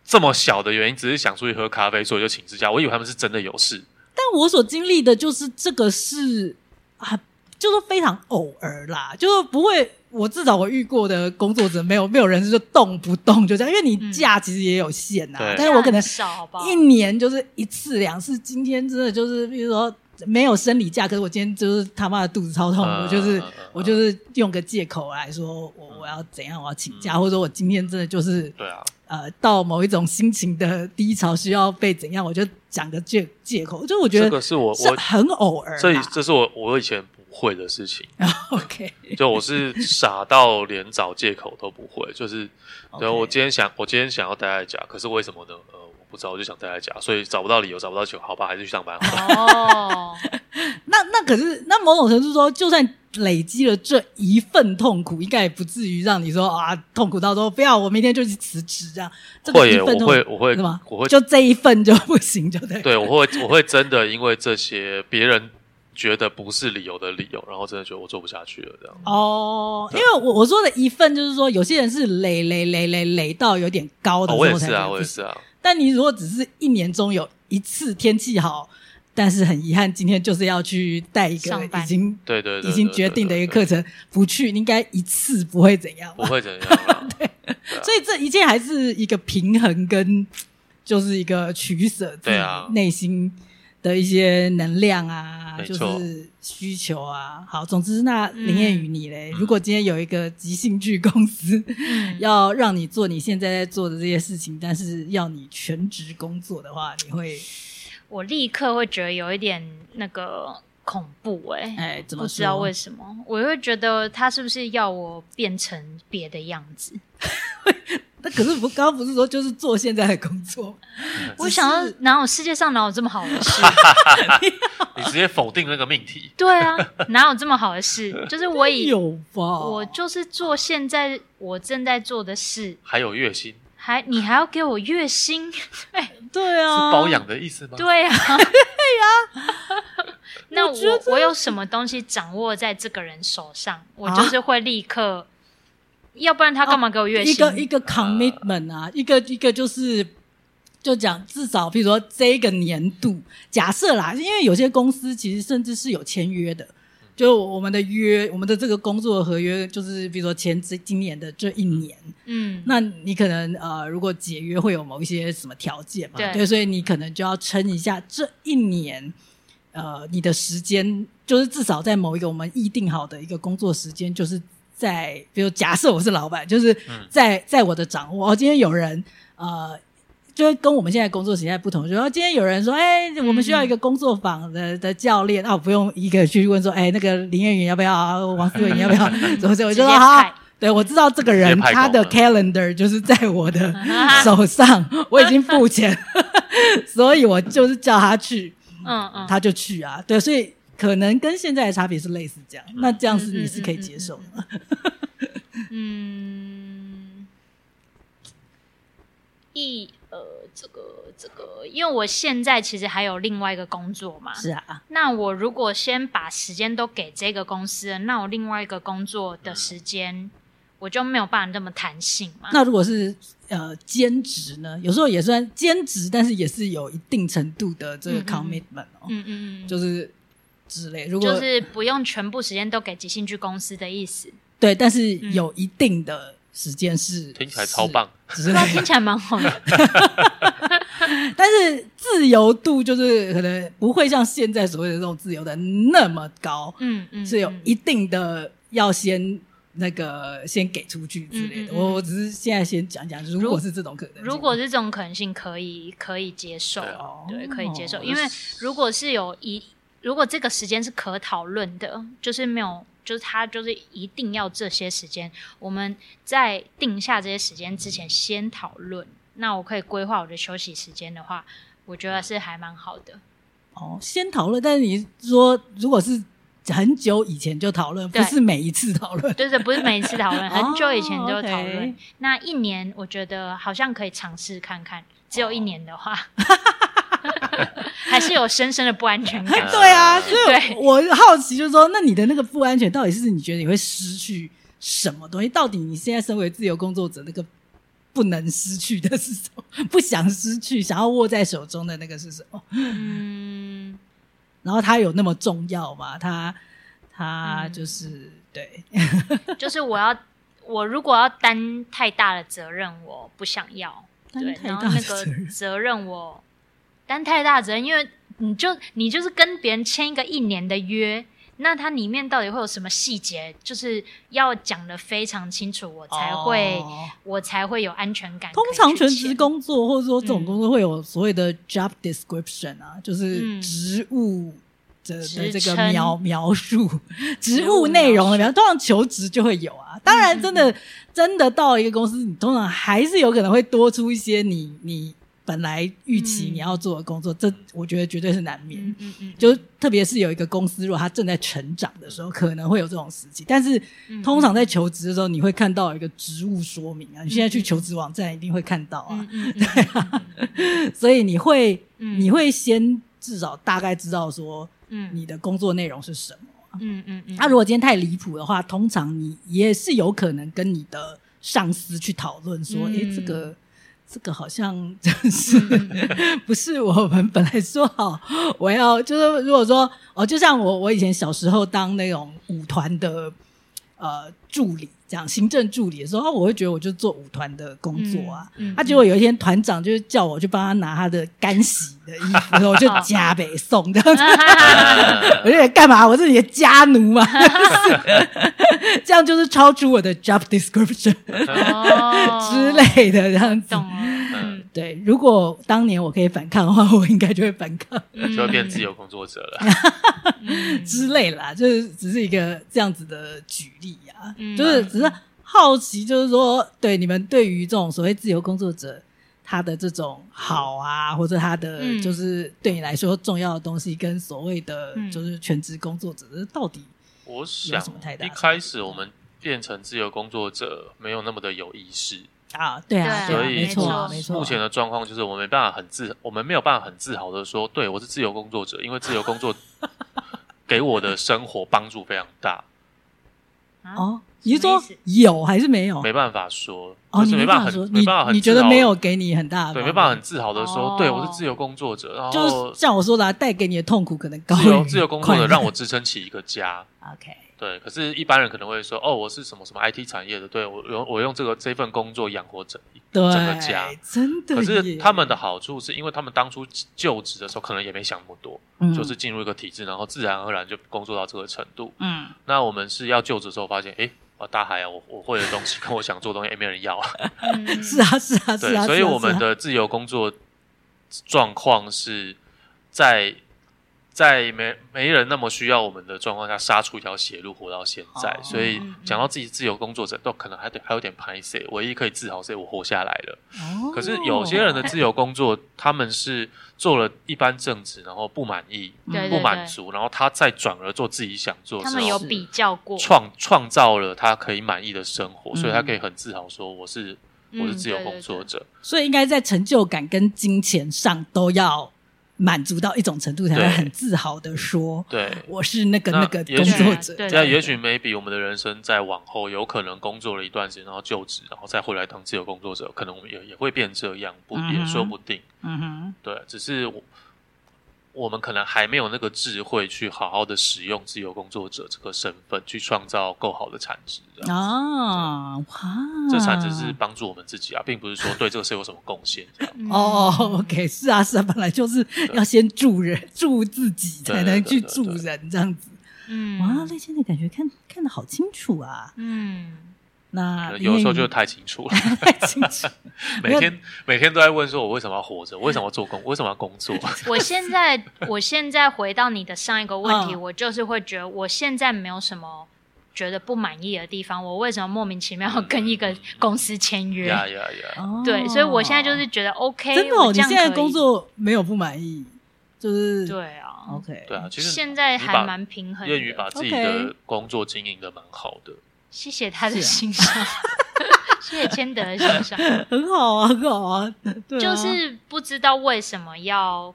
Speaker 1: 这么小的原因，只是想出去喝咖啡，所以就请事假。我以为他们是真的有事，
Speaker 4: 但我所经历的就是这个是啊，就是非常偶尔啦，就是不会。我至少我遇过的工作者没有没有人是就动不动就这样，因为你
Speaker 2: 嗯
Speaker 4: 假其实也有限呐、
Speaker 1: 对
Speaker 4: 但是我可
Speaker 2: 很
Speaker 4: 能
Speaker 2: 少好不好
Speaker 4: 一年就是一次两次，今天真的就是，比如说没有生理假，可是我今天就是他妈的肚子超痛，
Speaker 1: 嗯
Speaker 4: 我就
Speaker 1: 嗯
Speaker 4: 是
Speaker 1: 嗯嗯
Speaker 4: 我就是用个借口来说我我要怎样，我要请假，或者说我今天真的就是
Speaker 1: 对啊，
Speaker 4: 呃到某一种心情的低潮需要被怎样，我就讲个借借口，就我觉
Speaker 1: 这
Speaker 4: 得
Speaker 1: 个是我
Speaker 4: 是
Speaker 1: 我
Speaker 4: 很偶尔啦，
Speaker 1: 这这是我我以前不会的事情，
Speaker 4: OK
Speaker 1: 就我是傻到连找借口都不会， [LAUGHS] 就是对
Speaker 4: OK
Speaker 1: 我今天想我今天想要待在家，可是为什么呢？呃，我不知道，我就想待在家，所以找不到理由，找不到借口，好吧，还是去上班好了。
Speaker 2: 哦，
Speaker 4: 那那可是那某种程度说，就算累积了这一份痛苦，应该也不至于让你说啊痛苦到说不要，我明天就去辞职这样。这个
Speaker 1: 会
Speaker 4: 一
Speaker 1: 耶，我
Speaker 4: 份痛苦
Speaker 1: 会我会
Speaker 4: 是吗？
Speaker 1: 我会
Speaker 4: 就这一份就不行，就 [LAUGHS] 对。
Speaker 1: 对，我会我会真的因为这些别人觉得不是理由的理由，然后真的觉得我做不下去了这样。
Speaker 4: 哦，因为我我说的一份就是说，有些人是累累累累累到有点高的
Speaker 1: 哦，
Speaker 4: 时
Speaker 1: 我也
Speaker 4: 候才
Speaker 1: 是
Speaker 4: 觉
Speaker 1: 啊，
Speaker 4: 得
Speaker 1: 我
Speaker 4: 不
Speaker 1: 也
Speaker 4: 行。
Speaker 1: 是啊，
Speaker 4: 但你如果只是一年中有一次天气好但是很遗憾，今天就是要去带一个
Speaker 2: 上班
Speaker 4: 已经
Speaker 1: 对对对，
Speaker 4: 已经
Speaker 1: 对
Speaker 4: 决定的一个课，
Speaker 1: 对对
Speaker 4: 程，不去应该一次不会怎样
Speaker 1: 对
Speaker 4: 吧 [LAUGHS]
Speaker 1: 不？会怎样啊。
Speaker 4: 所以这一切还是一个平衡跟就是一个取舍，
Speaker 1: 对啊
Speaker 4: 内心的一些能量啊，
Speaker 1: 没
Speaker 4: 就
Speaker 1: 错
Speaker 4: 是需求啊。好，总之那林燕宇你嘞，
Speaker 1: 嗯
Speaker 4: 如果今天有一个即兴剧公司、 [LAUGHS]
Speaker 2: 嗯，
Speaker 4: 要让你做你现在在做的这些事情，但是要你全职工作的话，你
Speaker 1: [LAUGHS]
Speaker 4: 会
Speaker 2: 我立刻会觉得有一点那个恐怖哎、
Speaker 4: 哎怎
Speaker 2: 不
Speaker 4: 么
Speaker 2: 知道
Speaker 4: 说？
Speaker 2: 为什么，我会觉得他是不是要我变成别的样子？
Speaker 4: 那可是不刚刚不是说就是做现在的工作吗？
Speaker 2: 我想要哪有世界上哪有这么好的
Speaker 4: [LAUGHS]
Speaker 2: 事？
Speaker 1: 你直接否定那个命题，
Speaker 2: 对啊，哪有这么好的事？就是我
Speaker 1: 哎
Speaker 2: 以
Speaker 4: 有吧？
Speaker 2: 我就是做现在我正在做的事，
Speaker 1: 还有月薪是
Speaker 2: 还你还要给我月薪？ [LAUGHS] 哎
Speaker 4: 对啊，
Speaker 1: 包养的意思吗？
Speaker 2: 对
Speaker 4: [LAUGHS]
Speaker 2: 啊，对呀、 [LAUGHS] 那
Speaker 4: 啊我觉得
Speaker 2: 我我有什么东西掌握在这个人手上，我
Speaker 4: 啊哦
Speaker 2: 就是会立刻，要不然他干嘛给我月
Speaker 4: 一
Speaker 2: 薪？啊
Speaker 4: 个一个 commitment 啊，一个一个就是就讲至少，比如说这个年度，假设啦，因为有些公司其实甚至是有签约的，就我们的约，我们的这个工作合约，就是比如说签这今年的这一年，
Speaker 2: 嗯，
Speaker 4: 那你可能呃，如果解约会有某一些什么条件嘛，
Speaker 2: 对
Speaker 4: 所以你可能就要撑一下这一年，呃，你的时间就是至少在某一个我们议定好的一个工作时间，就是在，比如假设我是老板，就是
Speaker 1: 嗯
Speaker 4: 在、在我的掌握。哦，今天有人呃。就是跟我们现在工作形态不同，就说哦今天有人说，哎、我们需要一个工作坊的的教练啊，我不用一个去问说，哎、那个林彦云要不要啊，王思维你要
Speaker 1: [LAUGHS]
Speaker 4: 不要，怎么怎么，我就
Speaker 2: 直接
Speaker 4: 说好
Speaker 2: 派，
Speaker 4: 对，我知道这个
Speaker 1: 直
Speaker 4: 人
Speaker 1: 接派
Speaker 4: 他的
Speaker 1: 工嗯
Speaker 4: calendar 就是在我的
Speaker 2: 啊
Speaker 4: 手上，我已经付钱， [LAUGHS] 所以我就是叫他去，
Speaker 2: 嗯嗯，
Speaker 4: 他就去啊。对，所以可能跟现在的差别是类似这
Speaker 2: 啊
Speaker 4: 样。那这样是你是可以接受的吗，
Speaker 2: 嗯，一呃，这个这个，因为我现在其实还有另外一个工作嘛，
Speaker 4: 是啊，
Speaker 2: 那我如果先把时间都给这个公司了，那我另外一个工作的时间，我就没有办法那么弹性嘛。
Speaker 4: 嗯那如果是呃兼职呢，有时候也算兼职，但是也是有一定程度的这个
Speaker 2: 嗯嗯嗯
Speaker 4: commitment 哦，
Speaker 2: 嗯嗯嗯，就
Speaker 4: 就是之类。如果、
Speaker 2: 是不用全部时间都给即兴剧公司的意思，
Speaker 4: 对，但是
Speaker 2: 嗯
Speaker 4: 有一定的时间是
Speaker 1: 听起来超棒，
Speaker 4: 是之
Speaker 2: 不
Speaker 4: 类
Speaker 2: 过
Speaker 4: 的
Speaker 2: 啊听起来蛮好的。
Speaker 4: 但是自由度就是可能不会像现在所谓的这种自由的那么高，
Speaker 2: 嗯嗯，
Speaker 4: [LAUGHS] 是有
Speaker 2: 嗯
Speaker 4: 一定的要先那个先给出去之类
Speaker 2: 嗯嗯
Speaker 4: 的。
Speaker 2: 嗯
Speaker 4: 我我只是现在先讲讲，如果是这种可能性，
Speaker 2: 如果是这种可能性，可以可以接受，
Speaker 1: 对
Speaker 4: 啊
Speaker 2: 对，可以接受。
Speaker 4: 哦
Speaker 2: 因为如果是有一，如果这个时间是可讨论的，就是没有，就是他就是一定要这些时间，我们在定下这些时间之前先讨论。那我可以规划我的休息时间的话，我觉得是还蛮好的。
Speaker 4: 哦，先讨论。但是你说如果是很久以前就讨论，
Speaker 2: 对
Speaker 4: 不是每一次讨论，
Speaker 2: 就是不是每一次讨
Speaker 4: [LAUGHS]
Speaker 2: 论，
Speaker 4: 哦
Speaker 2: 很久以前就讨论
Speaker 4: OK。
Speaker 2: 那一年，我觉得好像可以尝试看看。只有一年的
Speaker 4: [LAUGHS]
Speaker 2: 话，还是有深深的不安全
Speaker 4: [LAUGHS]
Speaker 2: 感。
Speaker 4: 对
Speaker 2: [LAUGHS]
Speaker 4: 啊，所以
Speaker 2: 对
Speaker 4: 我好奇就是说，那你的那个不安全到底是你觉得你会失去什么东西？到底你现在身为自由工作者，那个不能失去的是什么？不想失去，想要握在手中的那个是什么？
Speaker 2: 嗯，
Speaker 4: 然后它有那么重要吗？它它
Speaker 2: 嗯
Speaker 4: 就是、对，
Speaker 2: 就是我要，我如果要担太大的责任，我不想要。
Speaker 4: 担
Speaker 2: 对，
Speaker 4: 太
Speaker 2: 然后
Speaker 4: 大的
Speaker 2: 那
Speaker 4: 责
Speaker 2: 个
Speaker 4: 任
Speaker 2: 责任我担太大的责任，因为你就你就是跟别人签一个一年的约，那它里面到底会有什么细节，就是要讲的非常清楚，我才会、
Speaker 4: 哦
Speaker 2: 我才会有安全感可
Speaker 4: 通
Speaker 2: 以去签。嗯
Speaker 4: 常全职工作或者说这种工作会有所谓的 job description 啊，就是
Speaker 2: 嗯
Speaker 4: 职务的的
Speaker 2: 职
Speaker 4: 这
Speaker 2: 称
Speaker 4: 个描描述，职
Speaker 2: 务
Speaker 4: 务内容的
Speaker 2: 描嗯
Speaker 4: 描，通常求职就会有啊。当然，真的真的到一个公司，你通常还是有可能会多出一些你你本来预期
Speaker 2: 嗯
Speaker 4: 你要做的工作，这我觉得绝对是难免。
Speaker 2: 嗯，嗯
Speaker 4: [LAUGHS]
Speaker 2: 嗯嗯，
Speaker 4: 就特别是有一个公司，如果它正在成长的时候，可能会有这种时期。但是
Speaker 2: 嗯
Speaker 4: 通常在求职的时候，你会看到一个职务说明啊，你现在去求职网站一定会看到啊
Speaker 2: 嗯，嗯嗯
Speaker 4: 所以你会
Speaker 2: 嗯
Speaker 4: 你会先至少大概知道说
Speaker 2: 嗯
Speaker 4: 你的工作内容是什么。
Speaker 2: 嗯嗯嗯，
Speaker 4: 那如果今天太离谱的话，通常你也是有可能跟你的上司去讨论说，
Speaker 2: 嗯
Speaker 4: 诶，这个这个好像真是
Speaker 2: 嗯
Speaker 4: [LAUGHS] 不是我们本来说好我要就是如果说哦，就像我我以前小时候当那种舞团的呃助理，这样行政助理的时候，哦我会觉得我就做舞团的工作啊。
Speaker 2: 嗯嗯
Speaker 4: 啊，结果有一天团长就是叫我去帮他拿他的干洗的衣服，然后我就加倍送这样子。
Speaker 1: 啊
Speaker 4: [LAUGHS] 而且干嘛？我是你的家奴嘛，这样 [LAUGHS] 就是超出我的 job description
Speaker 2: 哦
Speaker 4: [LAUGHS] 之类的这样子
Speaker 2: 懂。了，嗯，
Speaker 4: 对，如果当年我可以反抗的话，我应该就会反抗
Speaker 2: 嗯
Speaker 1: 就会变自由工作者了。
Speaker 2: 嗯
Speaker 4: 之类啦， [LAUGHS] 就是只是一个这样子的举例啊，
Speaker 2: 嗯
Speaker 4: 就是只是好奇，就是说，对你们对于这种所谓自由工作者，他的这种好啊，或者他的
Speaker 2: 嗯
Speaker 4: 就是对你来说重要的东西，跟所谓的
Speaker 2: 嗯
Speaker 4: 就是全职工作者，这到底
Speaker 1: 我想
Speaker 4: 有什么太大
Speaker 1: 一
Speaker 4: 的
Speaker 1: 开始我们变成自由工作者，没有那么的有意识，
Speaker 4: 啊，对啊，
Speaker 2: 对
Speaker 4: 对啊，
Speaker 1: 所以
Speaker 4: 没错啊，
Speaker 2: 没
Speaker 4: 没错啊，
Speaker 1: 目前的状况就是我们没办法很自，我们没有办法很自豪的说，对我是自由工作者，因为自由工
Speaker 4: [LAUGHS]
Speaker 1: 作给我的生活帮助非常大，
Speaker 2: 啊
Speaker 4: 哦，你是
Speaker 2: 什么意
Speaker 4: 说
Speaker 2: 思
Speaker 4: 有还是没有？
Speaker 1: 没办法说，
Speaker 4: 哦，
Speaker 1: 就是
Speaker 4: 你没
Speaker 1: 办法
Speaker 4: 说，
Speaker 1: 很
Speaker 4: 你
Speaker 1: 没办法很
Speaker 4: 你觉
Speaker 1: 自
Speaker 4: 得
Speaker 1: 豪
Speaker 4: 没有给你很大的
Speaker 1: 对，
Speaker 4: 帮
Speaker 1: 没办法
Speaker 4: 助
Speaker 1: 很自豪的说，
Speaker 2: 哦
Speaker 1: 对我是自由工作者，然后
Speaker 4: 就是像我说的、啊，带给你的痛苦可能高于
Speaker 1: 自由自由工作
Speaker 4: 快乐
Speaker 1: 者让我支撑起一个家。
Speaker 4: OK
Speaker 1: 对，可是，一般人可能会说，哦，我是什么什么 IT 产业的，对我用我用这个这份工作养活整
Speaker 4: 对
Speaker 1: 整个家。
Speaker 4: 真的耶。
Speaker 1: 可是他们的好处是因为他们当初就职的时候可能也没想那么多，
Speaker 4: 嗯
Speaker 1: 就是进入一个体制，然后自然而然就工作到这个程度。
Speaker 4: 嗯，
Speaker 1: 那我们是要就职的时候发现，诶，啊大海啊，我我会的东西 [LAUGHS] 跟我想做的东西，诶，没有人要啊。
Speaker 2: 嗯
Speaker 4: 是啊是啊 [LAUGHS] 是
Speaker 1: 对，
Speaker 4: 啊，
Speaker 1: 所以
Speaker 4: 是啊
Speaker 1: 我们
Speaker 4: 是啊
Speaker 1: 的自由工作状况是在在没没人那么需要我们的状况下，杀出一条血路活到现在。
Speaker 4: 哦
Speaker 1: 所以
Speaker 2: 嗯嗯嗯
Speaker 1: 讲到自己自由工作者，都可能还得还有点拍谁，唯一可以自豪是我活下来了。
Speaker 4: 哦
Speaker 1: 可是有些人的自由工作，他们是做了一般正职，然后不满意、
Speaker 2: 嗯对对
Speaker 1: 不满足，然后他再转而做自己想做的
Speaker 2: 他
Speaker 1: 事
Speaker 2: 们
Speaker 1: 情
Speaker 2: 有比较过，
Speaker 1: 创创造了他可以满意的生活，
Speaker 4: 嗯
Speaker 1: 所以他可以很自豪说我是
Speaker 2: 嗯
Speaker 1: 我是自由工作者。
Speaker 4: 所以应该在成就感跟金钱上都要满足到一种程度，才会
Speaker 1: 对
Speaker 4: 很自豪的说
Speaker 1: 对，
Speaker 4: 我是那个
Speaker 1: 那
Speaker 4: 那个
Speaker 1: 也
Speaker 4: 工
Speaker 1: 许
Speaker 4: 作者。
Speaker 2: 对
Speaker 1: 这样也许 maybe 我们的人生在往后有可能工作了一段时间，然后就职，然后再回来当自由工作者，可能我们也也会变这样，不
Speaker 4: 嗯哼
Speaker 1: 也说不定。
Speaker 4: 嗯哼，
Speaker 1: 对，只是我我们可能还没有那个智慧去好好的使用自由工作者这个身份，去创造够好的产值。这样
Speaker 4: 啊
Speaker 2: 哦
Speaker 4: 哇，
Speaker 1: 这产值是帮助我们自己啊，并不是说对这个社会有什么贡献。这样
Speaker 2: 嗯
Speaker 4: 哦、o k 是啊，是啊，本来就是要先助人、
Speaker 1: [LAUGHS]
Speaker 4: 助自己，
Speaker 1: 对
Speaker 4: 才能
Speaker 1: 对对
Speaker 4: 去
Speaker 1: 对
Speaker 4: 助
Speaker 1: 对
Speaker 4: 人这样子。哇，
Speaker 2: 嗯
Speaker 4: 泪腺的感觉看看的好清楚啊！
Speaker 2: 嗯，
Speaker 1: [LAUGHS]
Speaker 4: 那
Speaker 1: 有时候就
Speaker 4: 啊因为
Speaker 1: 太清楚了， [LAUGHS]
Speaker 4: 你太清楚，没
Speaker 1: 每
Speaker 4: 有
Speaker 1: 天每天都在问说，我为什么要活着？我为什么要做工？我为什么要工作？
Speaker 2: 我现
Speaker 4: [LAUGHS]
Speaker 2: 在我现在回到你的上一个问题，
Speaker 4: 嗯
Speaker 2: 我就是会觉得我现在没有什么觉得不满意的地方，我为什么莫名其妙要跟一个公司签约？
Speaker 1: 呀呀呀！
Speaker 4: 哦
Speaker 2: 对，所以我现在就是觉得 OK，
Speaker 4: 真的、
Speaker 2: 我这
Speaker 4: 哦，你
Speaker 2: 样
Speaker 4: 现在
Speaker 2: 可以
Speaker 4: 工作哦没有不满意，就是
Speaker 2: 对啊，
Speaker 4: OK，
Speaker 1: 对啊，其实
Speaker 2: 现
Speaker 1: 你
Speaker 2: 在还
Speaker 1: 把
Speaker 2: 蛮平衡的。
Speaker 1: 谚语把自己
Speaker 4: OK
Speaker 1: 的工作经营的蛮好的，
Speaker 2: 谢谢他的
Speaker 4: 是啊
Speaker 2: 欣赏， [LAUGHS] 谢谢千德的欣赏。
Speaker 4: 很好啊，很好啊，对啊
Speaker 2: 就是不知道为什么要，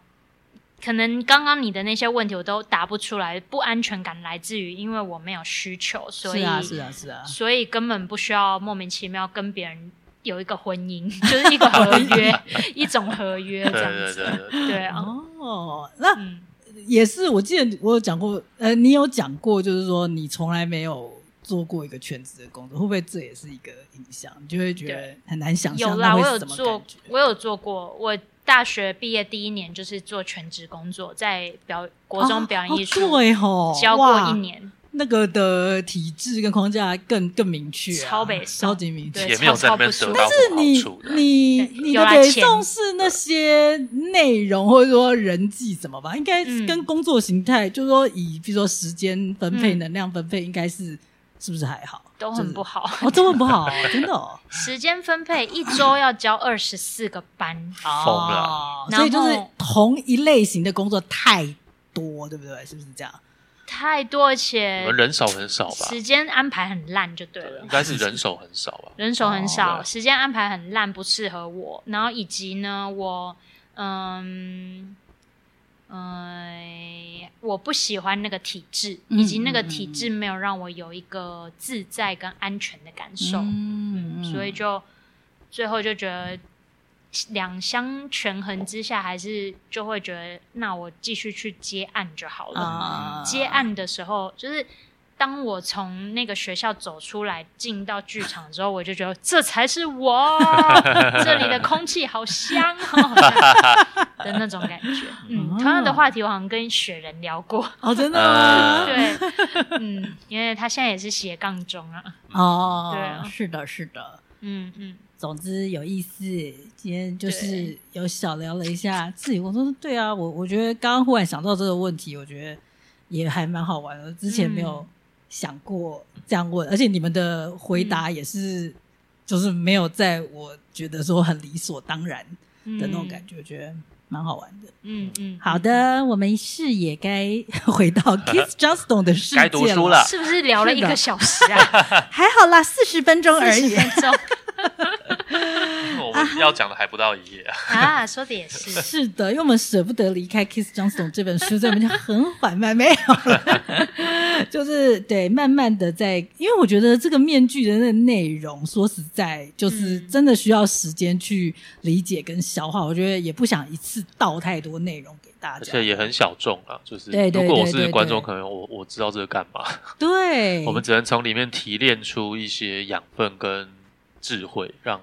Speaker 2: 可能刚刚你的那些问题我都答不出来，不安全感来自于因为我没有需求，所以
Speaker 4: 是啊，是啊，是啊，
Speaker 2: 所以根本不需要莫名其妙跟别人有一个婚
Speaker 4: [LAUGHS]
Speaker 2: 姻，就是一个合约，一种合约
Speaker 1: 对
Speaker 2: 这样
Speaker 1: 对
Speaker 2: 子。
Speaker 1: 对对，
Speaker 2: 对啊，
Speaker 4: 哦，那
Speaker 2: 嗯
Speaker 4: 也是，我记得我有讲过，呃，你有讲过，就是说你从来没有做过一个全职的工作，会不会这也是一个影响？你就会觉得
Speaker 2: 对
Speaker 4: 很难想
Speaker 2: 有
Speaker 4: 象
Speaker 2: 啦，
Speaker 4: 那
Speaker 2: 我
Speaker 4: 会
Speaker 2: 有
Speaker 4: 是什么感
Speaker 2: 做
Speaker 4: 觉，
Speaker 2: 我有做过，我。大学毕业第一年就是做全职工作，在表国中表演艺
Speaker 4: 哦
Speaker 2: 术、
Speaker 4: 哦对吼，
Speaker 2: 教过
Speaker 4: 哇
Speaker 2: 一年，
Speaker 4: 那个的体制跟框架更更明确啊、
Speaker 2: 超北宋
Speaker 4: 超级明确
Speaker 2: 对。
Speaker 1: 也没有在那边
Speaker 2: 超
Speaker 1: 得
Speaker 2: 超
Speaker 1: 到
Speaker 2: 不
Speaker 1: 什么好
Speaker 4: 你
Speaker 1: 处的。
Speaker 4: 你
Speaker 2: 对
Speaker 4: 你
Speaker 2: 有
Speaker 4: 的
Speaker 2: 啦
Speaker 4: 北
Speaker 2: 钱
Speaker 4: 宋是那些内容或者说人际怎么吧，应该
Speaker 2: 嗯
Speaker 4: 跟工作形态，就是说以比如说时间分配、
Speaker 2: 嗯
Speaker 4: 能量分配，应该是是不是还好？
Speaker 2: 都很不
Speaker 4: 好。
Speaker 2: 好。
Speaker 4: 哦，这么不好哦，真的哦，
Speaker 2: 时间分配一周要交二十四个班，
Speaker 1: [LAUGHS] 疯了
Speaker 4: 哦
Speaker 2: 然
Speaker 4: 所
Speaker 2: 后
Speaker 4: 以就是同一类型的工作太多，对不对？是不是这样？
Speaker 2: 太多，而
Speaker 1: 你
Speaker 2: 且
Speaker 1: 们人手很少吧？
Speaker 2: 时间安排很烂，就对
Speaker 4: 啊
Speaker 2: 了
Speaker 1: 啊应。该是人手很少
Speaker 4: [LAUGHS]
Speaker 1: 吧？
Speaker 2: 人手很
Speaker 1: 哦
Speaker 2: 少，时间安排很烂，不适合我。然后以及呢，我嗯嗯、我不喜欢那个体制，
Speaker 4: 嗯
Speaker 2: 以及那个体制没有让我有一个自在跟安全的感受，
Speaker 4: 嗯
Speaker 2: 所以就最后就觉得两相权衡之下，还是就会觉得，那我继续去接案就好了。
Speaker 4: 啊
Speaker 2: 接案的时候，就是当我从那个学校走出来，进到剧场之后，我就觉得这才是
Speaker 4: [LAUGHS]
Speaker 2: 我，这里的空气好香哦 [LAUGHS] 的那种感觉。嗯，同样的话题，我好像跟雪人聊
Speaker 4: [LAUGHS]
Speaker 2: 过，
Speaker 4: 哦，真的吗？
Speaker 1: 啊
Speaker 2: 对，嗯，因为他现在也是斜杠中啊，
Speaker 4: 哦，
Speaker 2: 对啊
Speaker 4: 是的，是的。
Speaker 2: 嗯嗯，
Speaker 4: 总之有意思，今天就是
Speaker 2: 对
Speaker 4: 有小聊了一下自己。我说对啊，我我觉得刚刚忽然想到这个问题，我觉得也还蛮好玩的，之前没有想过这样问，而且你们的回答也是，就是没有在我觉得说很理所当然的那种感
Speaker 2: 觉，
Speaker 4: 觉，我觉得蛮好玩的。
Speaker 2: 嗯嗯，
Speaker 4: 好的，我们视野该 [LAUGHS] 回到 Kiss Johnston 的世界
Speaker 1: 该读书了
Speaker 4: [LAUGHS]
Speaker 2: 是不是聊了一个小时啊？
Speaker 4: 还好啦，四十分钟而
Speaker 2: 四
Speaker 4: 已
Speaker 2: 十。分钟
Speaker 1: 我们要讲的还不到一页，
Speaker 2: 啊，说的也是，
Speaker 4: 是的，因为我们舍不得离开《Kiss Johnson》这本书，所以我们就很缓慢，没有了， [LAUGHS] 就是对，慢慢的在，因为我觉得这个面具的那个内容，说实在，就是
Speaker 2: 嗯
Speaker 4: 真的需要时间去理解跟消化。我觉得也不想一次倒太多内容给大
Speaker 1: 而
Speaker 4: 家
Speaker 1: 且，也很小众啊。就是
Speaker 4: 对对
Speaker 1: 如果我
Speaker 4: 对对
Speaker 1: 是观众，
Speaker 4: 对
Speaker 1: 可能我我知道这个干嘛。
Speaker 4: 对，
Speaker 1: 我们只能从里面提炼出一些养分跟智慧，让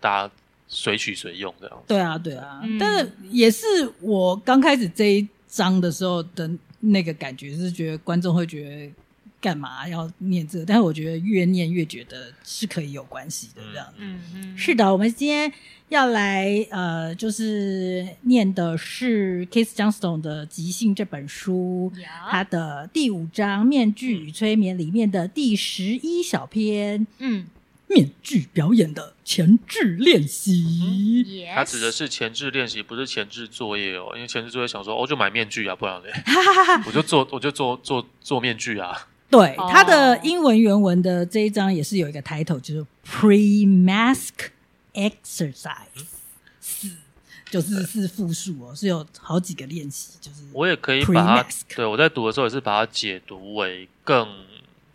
Speaker 1: 大家随取随用这样。
Speaker 4: 对啊，对啊，
Speaker 2: 嗯
Speaker 4: 但是也是我刚开始这一章的时候的那个感觉，是觉得观众会觉得干嘛要念这个，但是我觉得越念越觉得是可以有关系的这样。
Speaker 2: 嗯嗯，
Speaker 4: 是的，我们今天要来呃，就是念的是 Kiss Johnston 的《即兴》这本书。
Speaker 2: 呀，
Speaker 4: 它的第五章《面具与催眠》里面的第十一小篇
Speaker 2: 嗯，
Speaker 4: “面具表演的前置练
Speaker 2: 嗯
Speaker 4: 习”，
Speaker 2: 也，
Speaker 1: 它指的是前置练习，不是前置作业哦。因为前置作业想说，哦，就买面具啊，不然
Speaker 4: [LAUGHS]
Speaker 1: 嘞，我就做，我就做做做面具啊。
Speaker 4: 对，
Speaker 2: 哦
Speaker 4: 它的英文原文的这一章也是有一个 title，就是 pre-mask exercise，四
Speaker 1: 嗯
Speaker 4: 就是是复数哦，是有好几个练习，就是
Speaker 1: 我也可以把它
Speaker 4: Pre-mask
Speaker 1: 对我在读的时候也是把它解读为更